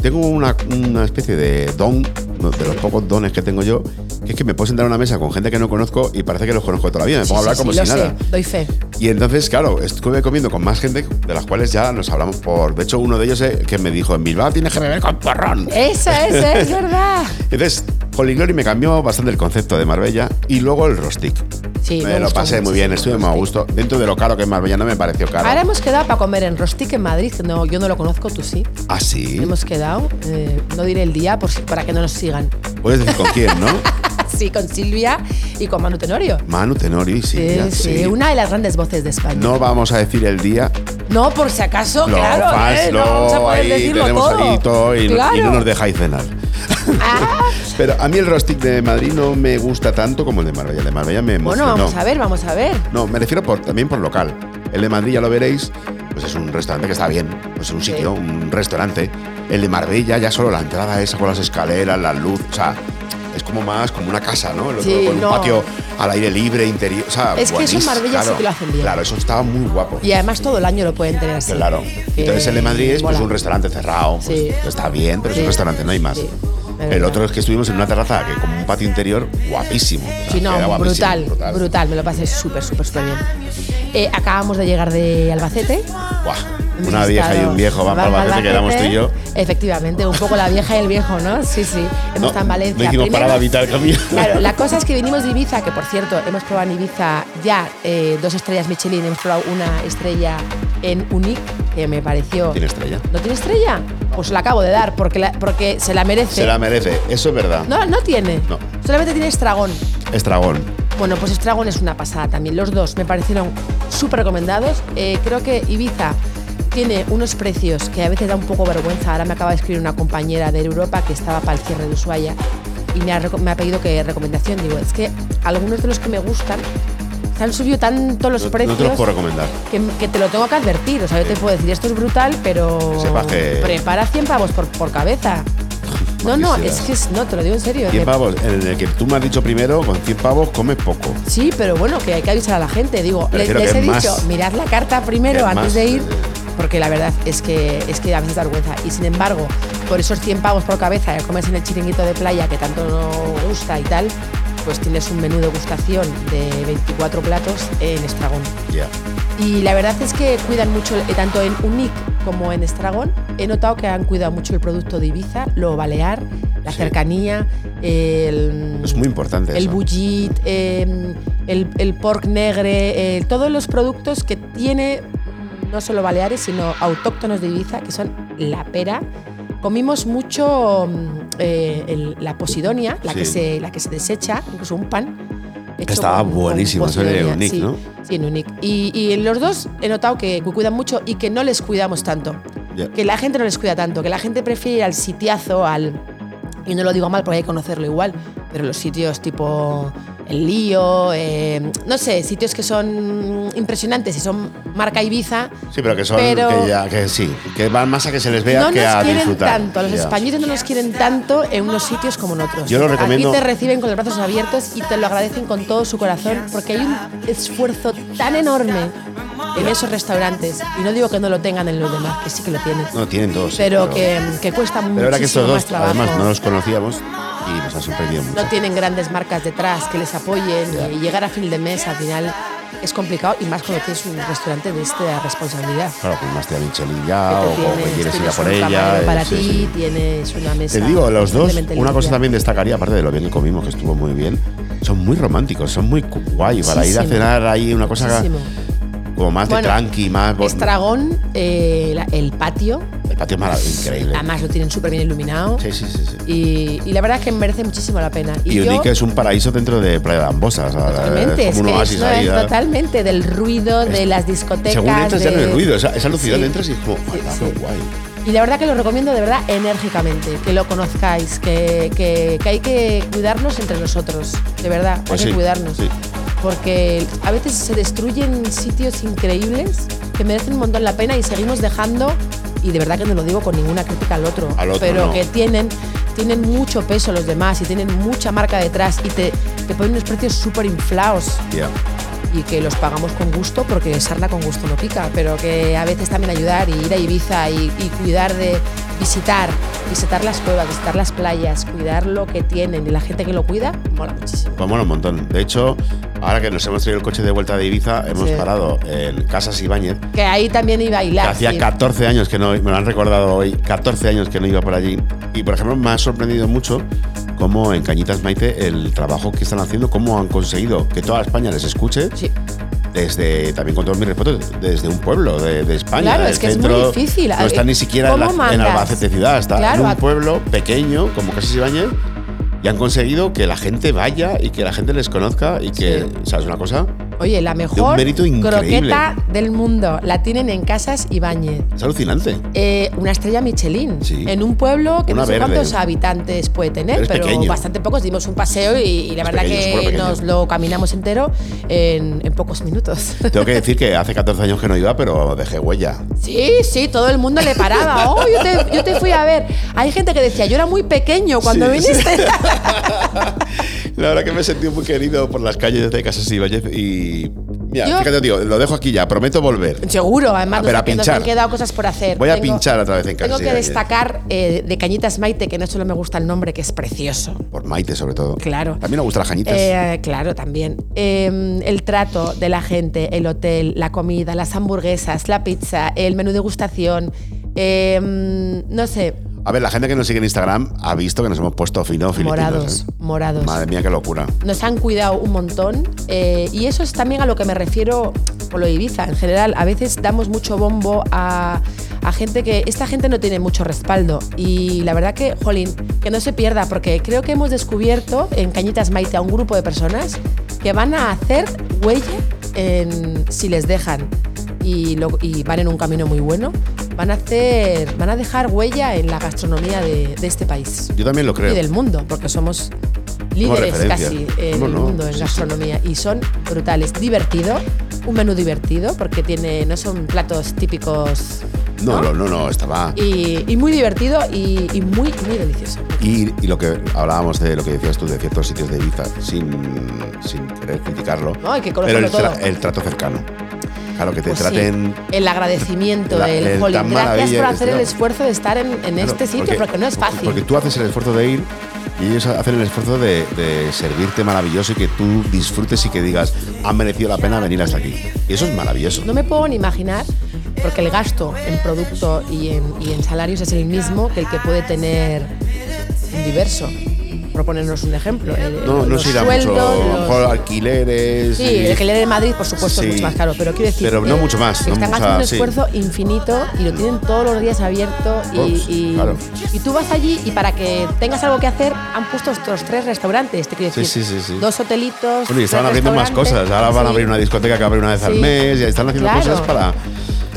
B: Tengo una, una especie de don, no, de los pocos dones que tengo yo, que es que me puedo sentar a una mesa con gente que no conozco y parece que los conozco todavía. Me
C: Sí,
B: pongo a hablar
C: sí,
B: como
C: sí,
B: si
C: lo
B: nada.
C: sé, doy fe.
B: Y entonces, claro, estuve comiendo con más gente de las cuales ya nos hablamos por. De hecho, uno de ellos eh, que me dijo: En Bilbao tienes que beber con porrón.
C: Eso, eso, es verdad.
B: Entonces, Holy Glory me cambió bastante el concepto de Marbella y luego el Rostic.
C: Sí,
B: me
C: me
B: lo
C: gustó
B: pasé muy bien, estuve
C: muchísimo el
B: muy a
C: Rostic.
B: gusto. Dentro de lo caro que es Marbella, no me pareció caro.
C: Ahora hemos quedado para comer en Rostic en Madrid. que No, yo no lo conozco, tú sí.
B: Ah, sí.
C: Hemos quedado, eh, no diré el día por si- para que no nos sigan.
B: Puedes decir con quién, ¿no?
C: Sí, con Silvia y con Manu Tenorio.
B: Manu Tenori, sí.
C: Sí,
B: ya,
C: sí,
B: sí.
C: una de las grandes voces de España.
B: No vamos a decir el día.
C: No, por si acaso,
B: No,
C: claro,
B: fans,
C: ¿eh?
B: no,
C: no vamos a poder
B: ahí
C: decirlo
B: tenemos
C: todo.
B: ahí todo y,
C: Claro.
B: y no nos dejáis cenar.
C: Ah,
B: Pero a mí el Rostic de Madrid no me gusta tanto como el de Marbella. El de Marbella me
C: bueno,
B: emocionó.
C: vamos a ver, vamos a ver.
B: No, me refiero por, también por local. El de Madrid, ya lo veréis, pues es un restaurante que está bien, pues un sitio, un restaurante. El de Marbella, ya solo la entrada esa con las escaleras, la luz, o sea, es como más como una casa, ¿no? El otro
C: Sí,
B: con
C: no.
B: un patio al aire libre, interior, o sea,
C: Es que eso en
B: buenísimo,
C: Marbella sí que lo hacen bien.
B: Claro, eso estaba muy guapo.
C: Y además todo el año lo pueden tener así.
B: Claro.
C: Que
B: Entonces el de Madrid es pues,
C: mola.
B: un restaurante cerrado, pues,
C: Sí.
B: está bien, pero es
C: Sí.
B: un restaurante, no hay más.
C: Sí, es
B: El
C: verdad.
B: otro es que estuvimos en una terraza que con un patio interior guapísimo. o sea,
C: Sí, no,
B: era guapísimo,
C: brutal, brutal, me lo pasé súper, súper, súper bien. Eh, acabamos de llegar de Albacete.
B: Buah,
C: Hemos
B: una vieja y
C: estado-
B: un viejo, vamos al
C: vamos ¿eh?
B: Albacete que éramos tú y yo.
C: Efectivamente, un poco la vieja y el viejo, ¿no? Sí, sí. Hemos estado en Valencia.
B: no hicimos
C: Primero-
B: parada vital, Camila.
C: Claro, la cosa es que vinimos de Ibiza, que por cierto, hemos probado en Ibiza ya eh, dos estrellas Michelin, hemos probado una estrella en Unique, que me pareció.
B: Tiene estrella.
C: ¿No tiene estrella? Pues se la acabo de dar, porque, la- porque se la merece.
B: Se la merece, eso es verdad.
C: No, no tiene.
B: No.
C: Solamente tiene estragón.
B: Estragón.
C: Bueno, pues Estragón es una pasada también. Los dos me parecieron súper recomendados. Eh, creo que Ibiza tiene unos precios que a veces da un poco vergüenza. Ahora me acaba de escribir una compañera de Europa que estaba para el cierre de Ushuaia y me ha, reco- me ha pedido que recomendación. Digo, es que algunos de los que me gustan se han subido tanto los
B: No, no
C: precios
B: te los puedo recomendar.
C: que, que te lo tengo que advertir. O sea, yo te puedo decir, esto es brutal, pero
B: Que sepas que-
C: prepara 100 pavos por, por cabeza. No, no,
B: quisieras.
C: es que es- no, te lo digo en serio.
B: 100
C: que-
B: pavos, en el que tú me has dicho primero, con 100 pavos comes poco.
C: Sí, pero bueno, que hay que avisar a la gente. Digo,
B: Me
C: le-
B: refiero
C: les
B: que
C: he
B: es más-
C: dicho, mirad la carta
B: que
C: primero
B: es
C: antes
B: más,
C: de ir,
B: eh,
C: porque la verdad es que, es que a veces da vergüenza. Y sin embargo, por esos 100 pavos por cabeza de comerse en el chiringuito de playa que tanto no gusta y tal, pues tienes un menú de gustación de 24 platos en Estragón.
B: Ya.
C: Y la verdad es que cuidan mucho, eh, tanto en Unic como en Estragón, he notado que han cuidado mucho el producto de Ibiza, lo balear, la
B: Sí.
C: cercanía, el...
B: Es muy importante
C: Mm. El
B: eso.
C: bullit, eh, el, el pork negre, eh, todos los productos que tiene no solo Baleares, sino autóctonos de Ibiza, que son la pera. Comimos mucho mm, eh, el- la posidonia, la,
B: Sí.
C: que se, la que se desecha, incluso un pan. hecho
B: Estaba buenísimo, eso era de
C: posidonia,
B: Unic,
C: sí.
B: ¿no?
C: Sí, en Unic. Y, y los dos he notado que cuidan mucho y que no les cuidamos tanto.
B: Ya.
C: Que la gente no les cuida tanto, que la gente prefiere ir al sitiazo, al. Y no lo digo mal porque hay que conocerlo igual, pero los sitios tipo El Lío, eh, no sé, sitios que son impresionantes y son marca Ibiza.
B: Sí, pero que son
C: Pero-
B: que ya que sí, que van más a que se les vea
C: no
B: que
C: nos
B: a
C: quieren
B: disfrutar.
C: tanto, los
B: Ya.
C: españoles no nos quieren tanto en unos sitios como en otros.
B: Yo lo recomiendo-
C: Aquí te reciben con los brazos abiertos y te lo agradecen con todo su corazón porque hay un esfuerzo tan enorme en esos restaurantes. Y no digo que no lo tengan en los demás, que sí que lo tienen.
B: No tienen todos. sí,
C: pero que, que cuesta muchísimo
B: Pero ahora que estos
C: más
B: dos,
C: trabajo.
B: además, no los conocíamos y nos ha sorprendido mucho.
C: No tienen grandes marcas detrás que les apoyen y llegar a fin de mes al final es complicado y más cuando tienes un restaurante de esta responsabilidad.
B: Claro, pues más te da Michelin ya
C: Que te
B: Ah, o, o que
C: tienes-
B: quieres ir a
C: tienes
B: por
C: un
B: ella.
C: camarero
B: eh,
C: para
B: sí,
C: ti,
B: sí.
C: tienes una mesa.
B: Te digo, los dos,
C: suficientemente
B: una cosa
C: limpia.
B: también destacaría, aparte de lo bien que comimos, que estuvo muy bien, son muy románticos, son muy guay. Para ir a
C: Muchísimo.
B: cenar ahí una cosa
C: Muchísimo.
B: como más de
C: Bueno,
B: tranqui, más... bo-
C: Estragón, eh, la- el patio,
B: El patio es maravilloso, Ah, increíble.
C: además lo tienen súper bien iluminado
B: Sí, sí, sí. sí.
C: y, y la verdad es que merece muchísimo la pena.
B: Y,
C: yo-
B: Unique es un paraíso dentro de Playa de Ambosa. o sea,
C: Totalmente,
B: es
C: es
B: como un
C: que
B: oasis
C: eso
B: ahí.
C: es
B: ¿eh?
C: totalmente del ruido de las discotecas.
B: Según entras ya no
C: de-
B: hay ruido, es, es alucinante.
C: Sí.
B: Entras y es como,
C: Sí,
B: "Ah,
C: sí.
B: qué guay.
C: Y la verdad que lo recomiendo de verdad enérgicamente, que lo conozcáis, que, que- que hay que cuidarnos entre nosotros, de verdad,
B: Pues
C: hay
B: sí,
C: que cuidarnos.
B: sí.
C: Porque a veces se destruyen sitios increíbles que merecen un montón la pena y seguimos dejando, y de verdad que no lo digo con ninguna crítica al otro,
B: Al otro,
C: pero
B: no.
C: que tienen, tienen mucho peso los demás y tienen mucha marca detrás y te, te ponen unos precios súper inflados
B: Ya.
C: y que los pagamos con gusto porque sarna con gusto no pica, pero que a veces también ayudar y ir a Ibiza y, y cuidar de visitar, visitar las cuevas, visitar las playas, cuidar lo que tienen y la gente que lo cuida, mola muchísimo.
B: Pues mola un montón. De hecho, ahora que nos hemos traído el coche de vuelta de Ibiza, hemos
C: Sí.
B: parado en Casas Ibáñez. que
C: Que ahí también iba a hilar.
B: Hacía
C: sí.
B: 14 años que no, me lo han recordado hoy, 14 años que no iba por allí. Y por ejemplo, me ha sorprendido mucho cómo en Cañitas Maite el trabajo que están haciendo, cómo han conseguido que toda España les escuche.
C: Sí.
B: desde, también con todos mis respetos, desde un pueblo de, de España.
C: Claro,
B: del
C: es que es
B: centro,
C: muy difícil.
B: No está ni siquiera en,
C: ¿Cómo
B: la- en
C: mandas?
B: Albacete ciudad, está
C: Claro,
B: en un
C: a-
B: pueblo pequeño, como casi Ibáñez, y han conseguido que la gente vaya y que la gente les conozca y que,
C: Sí.
B: ¿sabes una cosa?
C: Oye, la mejor
B: mérito increíble.
C: croqueta del mundo la tienen en Casas Ibáñez.
B: Es alucinante.
C: Eh, una estrella Michelin
B: Sí.
C: en un pueblo que
B: Una
C: no sé
B: verde.
C: cuántos habitantes puede tener,
B: Pero
C: pero,
B: es pequeño.
C: bastante pocos. Dimos un paseo y, y la
B: Es
C: verdad
B: pequeño, es un pueblo
C: que
B: pequeño.
C: nos lo caminamos entero en, en pocos minutos.
B: Tengo que decir que hace 14 años que no iba, pero dejé huella.
C: sí, sí, todo el mundo le paraba. Oh, yo te, yo te fui a ver. Hay gente que decía, yo era muy pequeño cuando
B: Sí,
C: viniste.
B: La verdad que me he sentido muy querido por las calles de Casas Ibáñez y... Mira,
C: Yo-
B: fíjate, tío, lo dejo aquí ya, prometo volver.
C: Seguro, además
B: A ver,
C: nos,
B: Ah, a
C: nos
B: pinchar.
C: han quedado cosas por hacer.
B: Voy a pinchar otra vez en Casas
C: Tengo que
B: Ibáñez.
C: destacar eh, de Cañitas Maite, que no solo me gusta el nombre, que es precioso.
B: Por Maite, sobre todo.
C: Claro.
B: También me gustan las cañitas.
C: Eh, claro, también. Eh, el trato de la gente, el hotel, la comida, las hamburguesas, la pizza, el menú degustación. eh, no sé,
B: A ver, la gente que nos sigue en Instagram ha visto que nos hemos puesto fino filipinos.
C: morados,
B: ¿eh?
C: morados.
B: Madre mía, qué locura.
C: Nos han cuidado un montón eh, y eso es también a lo que me refiero con lo de Ibiza en general. A veces damos mucho bombo a, a gente que esta gente no tiene mucho respaldo y la verdad que, jolín, que no se pierda porque creo que hemos descubierto en Cañitas Maite a un grupo de personas que van a hacer huella en- si les dejan y, lo- y van en un camino muy bueno. Van a, hacer, van a dejar huella en la gastronomía de, de este país
B: Yo también lo creo.
C: y del mundo, porque somos líderes
B: referencia.
C: casi en
B: ¿Cómo
C: el
B: no?
C: mundo en
B: Sí, sí.
C: gastronomía y son brutales. Divertido, un menú divertido porque tiene no son platos típicos
B: No, no, no, no, estaba.
C: Y, y muy divertido y, y muy, muy delicioso.
B: Y, y lo que hablábamos de lo que decías tú de ciertos sitios de Ibiza, sin, sin querer criticarlo.
C: No, hay que
B: pero
C: conocerlo
B: el, tra-
C: todo.
B: el trato cercano. Claro, que te
C: Pues sí,
B: traten.
C: el agradecimiento,
B: la-
C: el,
B: el
C: jolín,
B: tan
C: Gracias
B: maravilla
C: por
B: que
C: hacer el
B: sea".
C: esfuerzo de estar en, en
B: claro,
C: este sitio, porque, no es fácil.
B: Porque tú haces el esfuerzo de ir y ellos hacen el esfuerzo de, de servirte maravilloso y que tú disfrutes y que digas, ha merecido la pena venir hasta aquí. Y eso es maravilloso.
C: No me puedo ni imaginar, porque el gasto en producto y en, y en salarios es el mismo que el que puede tener un diverso. Proponernos un ejemplo. el-
B: no, no
C: los
B: se irá
C: sueldos,
B: mucho. A lo
C: los-
B: mejor alquileres.
C: Sí,
B: y-
C: el que lee de Madrid, por supuesto,
B: Sí.
C: es mucho más caro, pero quiero decir.
B: Pero no
C: que
B: mucho más, no
C: Están
B: mucho-
C: haciendo un
B: o sea, sí.
C: esfuerzo infinito y lo tienen todos los días abierto. Y,
B: Ups,
C: y-
B: claro.
C: y tú vas allí y para que tengas algo que hacer, han puesto estos tres restaurantes. Te quiero
B: Sí,
C: decir,
B: sí, sí, sí.
C: dos hotelitos.
B: Bueno, y estaban
C: tres
B: abriendo más
C: restaurantes.
B: cosas. Ahora van a
C: Sí.
B: abrir una discoteca que abre una vez al
C: Sí.
B: mes. Y están haciendo
C: Claro.
B: cosas para.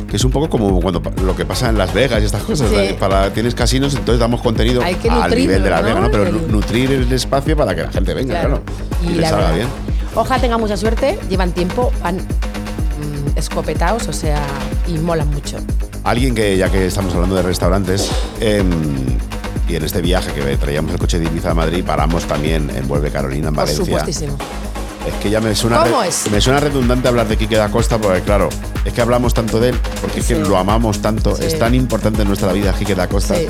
B: Que es un poco como cuando pa- lo que pasa en Las Vegas y estas cosas.
C: Sí.
B: ¿vale? Para, tienes casinos, entonces damos contenido
C: Hay que
B: al
C: nutrirlo,
B: nivel de Las
C: ¿no?
B: Vegas, ¿no? Pero
C: El-
B: nu- nutrir el espacio para que la gente venga, claro. Y, les
C: la
B: salga
C: verdad,
B: bien.
C: Ojalá tenga mucha suerte, llevan tiempo, van mm, escopetados, o sea, y molan mucho.
B: Alguien que, ya que estamos hablando de restaurantes, em, y en este viaje que traíamos el coche de Ibiza a Madrid, paramos también en Vuelve Carolina, en
C: Por
B: Valencia.
C: supuestísimo.
B: Es que ya me suena,
C: ¿Cómo
B: re-
C: es?
B: me suena redundante hablar de Quique da Costa, porque claro, es que hablamos tanto de él, porque es que
C: Sí.
B: lo amamos tanto,
C: Sí.
B: es tan importante en nuestra vida Quique da Costa,
C: Sí.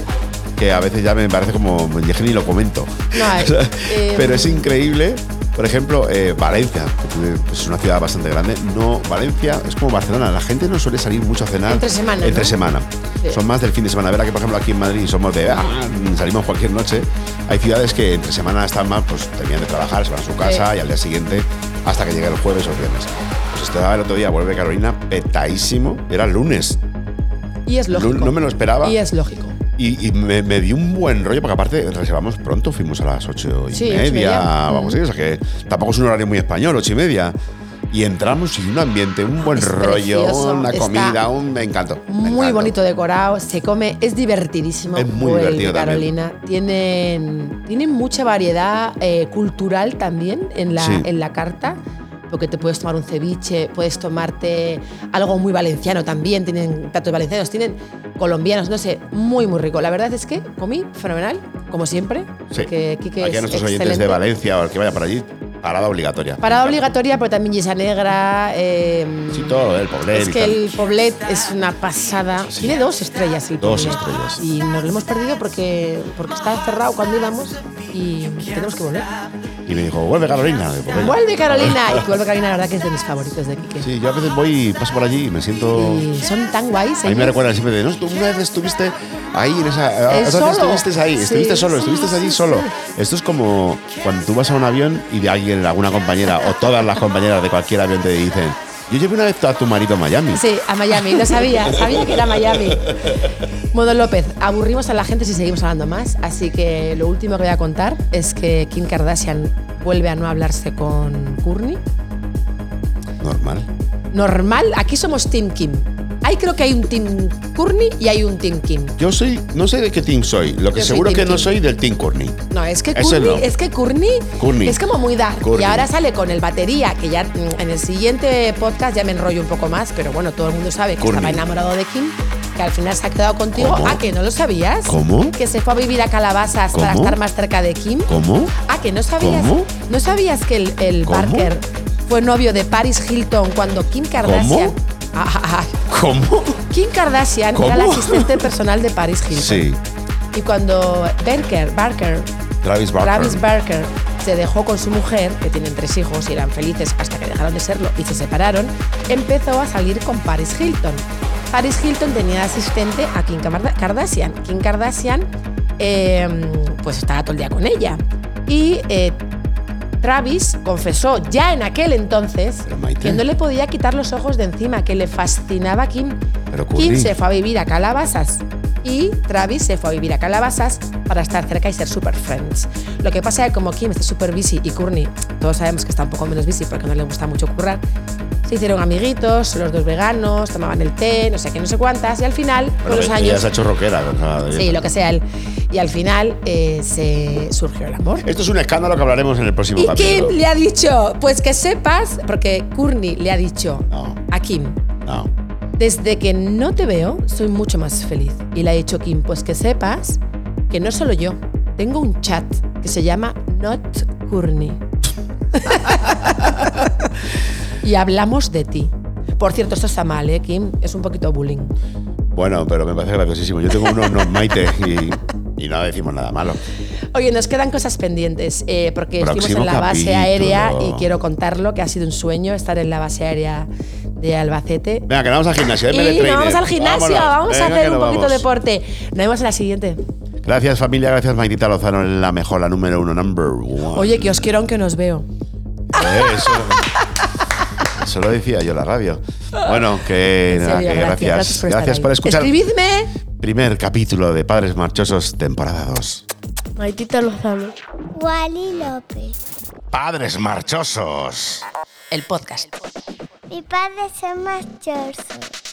B: que a veces ya me parece como, ya ni lo comento.
C: No, eh,
B: O sea,
C: eh,
B: Pero es increíble, por ejemplo, eh, Valencia, que tú- es una ciudad bastante grande, no, Valencia es como Barcelona, la gente no suele salir mucho a cenar.
C: Entre semana,
B: Entre
C: ¿no?
B: semana.
C: Sí.
B: Son más del fin de semana. Verá que, por ejemplo, aquí en Madrid somos de, "Ah, salimos cualquier noche. Hay ciudades que entre semana están más, pues terminan de trabajar, se van a su casa
C: Sí.
B: y al día siguiente hasta que llegue el jueves o el viernes. Pues estaba el otro día, vuelve Carolina, petadísimo. Era lunes.
C: Y es lógico.
B: No me lo esperaba.
C: Y es lógico.
B: Y, y me, me dio un buen rollo, porque aparte reservamos pronto, fuimos a las ocho y
C: Sí, ocho y
B: media,
C: media.
B: vamos a o sea que tampoco es un horario muy español, ocho y media. Y entramos y un ambiente, un buen
C: Es
B: rollo,
C: precioso,
B: una
C: está
B: comida, un me encantó. me
C: Muy
B: encantó.
C: bonito decorado, se come, es divertidísimo.
B: Es muy
C: Vuelve,
B: divertido también.
C: Carolina. Tienen, tienen mucha variedad eh, cultural también en la,
B: Sí.
C: en la carta. Porque te puedes tomar un ceviche, puedes tomarte algo muy valenciano también. Tienen platos valencianos, tienen colombianos, no sé, muy, muy rico. La verdad es que comí fenomenal, como siempre.
B: Sí.
C: Que Quique
B: Aquí a
C: es
B: nuestros oyentes de
C: excelente.
B: Valencia o el que vaya para allí, parada obligatoria.
C: Parada obligatoria, pero también Gisa Negra. eh,
B: Sí, todo, el pobre.
C: es que el Poblet es una pasada. Tiene dos estrellas el
B: Dos
C: Poblet.
B: estrellas.
C: Y nos lo hemos perdido porque, porque está cerrado cuando íbamos y tenemos que volver.
B: Y me dijo, vuelve Carolina. Digo, "Venga".
C: Vuelve Carolina. Y que vuelve Carolina, la verdad que es de mis favoritos de Quique.
B: Sí, yo a veces voy y paso por allí y me siento...
C: Y son tan guays. ¿eh?
B: A mí me
C: ellos.
B: recuerdan siempre de, no, tú una vez estuviste ahí, en esa, ah,
C: Eh,
B: otra
C: solo.
B: vez estuviste ahí,
C: Sí,
B: estuviste solo,
C: sí,
B: estuviste allí
C: sí,
B: solo.
C: sí.
B: Esto es como cuando tú vas a un avión y de alguien, alguna compañera o todas las compañeras de cualquier avión te dicen, yo llevé una vez a tu marido a Miami.
C: Sí, a Miami, lo sabía, sabía que era Miami. Modo López, aburrimos a la gente si seguimos hablando más, así que lo último que voy a contar es que Kim Kardashian vuelve a no hablarse con Courtney.
B: Normal.
C: Normal, aquí somos Team Kim. Ahí creo que hay un Team Courtney y hay un Team Kim.
B: Yo soy, no sé de qué team soy, lo que
C: Yo soy
B: seguro
C: team
B: que no
C: Kim.
B: soy del team Courtney.
C: No, es que
B: Eso
C: Courtney,
B: no.
C: es que Courtney
B: Courtney.
C: es como muy dark.
B: Courtney.
C: Y ahora sale con el batería, que ya mm, en el siguiente podcast ya me enrollo un poco más, pero bueno, todo el mundo sabe que
B: Courtney.
C: estaba enamorado de Kim, que al final se ha quedado contigo.
B: ¿Cómo?
C: Ah, que no lo sabías.
B: ¿Cómo?
C: Que se fue a vivir a Calabazas para
B: ¿Cómo?
C: estar más cerca de Kim.
B: ¿Cómo?
C: Ah, que no sabías.
B: ¿Cómo?
C: No sabías que el, el
B: ¿Cómo?
C: Barker fue novio de Paris Hilton cuando Kim Kardashian.
B: ¿Cómo?
C: Ah, ah, ah.
B: ¿Cómo?
C: Kim Kardashian era la
B: ¿Cómo?
C: asistente personal de Paris Hilton.
B: Sí,
C: Y cuando Barker, Barker
B: Travis Barker.
C: Travis Barker se dejó con su mujer, que tienen tres hijos y eran felices hasta que dejaron de serlo y se separaron, empezó a salir con Paris Hilton. Paris Hilton tenía de asistente a Kim Kamar- Kardashian. Kim Kardashian eh, pues estaba todo el día con ella. Y eh, Travis confesó ya en aquel entonces
B: Pero Maite.
C: que no le podía quitar los ojos de encima, que le fascinaba a Kim.
B: Pero
C: Kim
B: Courtney.
C: se fue a vivir a Calabazas y Travis se fue a vivir a Calabazas para estar cerca y ser super friends. Lo que pasa es que como Kim está super busy y Courtney, todos sabemos que está un poco menos busy porque no le gusta mucho currar, se hicieron amiguitos, los dos veganos, tomaban el té, no sé qué, no sé cuántas, y al final, con
B: Bueno,
C: los
B: ella
C: años...
B: se ha hecho rockera. o sea,
C: Sí, lo que sea él. Y al final eh, se surgió el amor.
B: Esto es un escándalo que hablaremos en el próximo
C: Y
B: capítulo.
C: Kim le ha dicho, pues que sepas, porque Courtney le ha dicho
B: No.
C: a Kim,
B: No.
C: Desde que no te veo, soy mucho más feliz. Y le ha dicho Kim, pues que sepas que no solo yo, tengo un chat que se llama Not Courtney. y hablamos de ti. Por cierto, esto está mal, ¿eh, Kim? Es un poquito bullying.
B: Bueno, pero me parece graciosísimo. Yo tengo unos no Maite y, y no decimos nada malo.
C: Oye, nos quedan cosas pendientes, eh, porque estuvimos
B: Próximo
C: en la base
B: capítulo.
C: aérea y quiero contarlo, que ha sido un sueño estar en la base aérea de Albacete.
B: Venga, que vamos al gimnasio. ¿eh?
C: Y
B: deme el
C: nos
B: trainer.
C: vamos al gimnasio,
B: Vámonos.
C: vamos a
B: Venga,
C: hacer
B: que
C: un
B: nos
C: poquito de
B: vamos.
C: deporte. Nos vemos en la siguiente.
B: Gracias familia, gracias Maitita Lozano, la mejor, la número uno, number one.
C: Oye, que os quiero aunque nos veo.
B: Eh, eso, eso lo decía yo la radio. Bueno, que,
C: En
B: nada,
C: serio,
B: que
C: gracias,
B: gracias.
C: eh, gracias por estar ahí.
B: escuchar.
C: Escribidme.
B: Primer capítulo de Padres Marchosos, temporada 2.
D: Maitita Lozano.
E: Wally López.
B: Padres Marchosos.
C: El podcast.
E: Mi padre es más marchoso.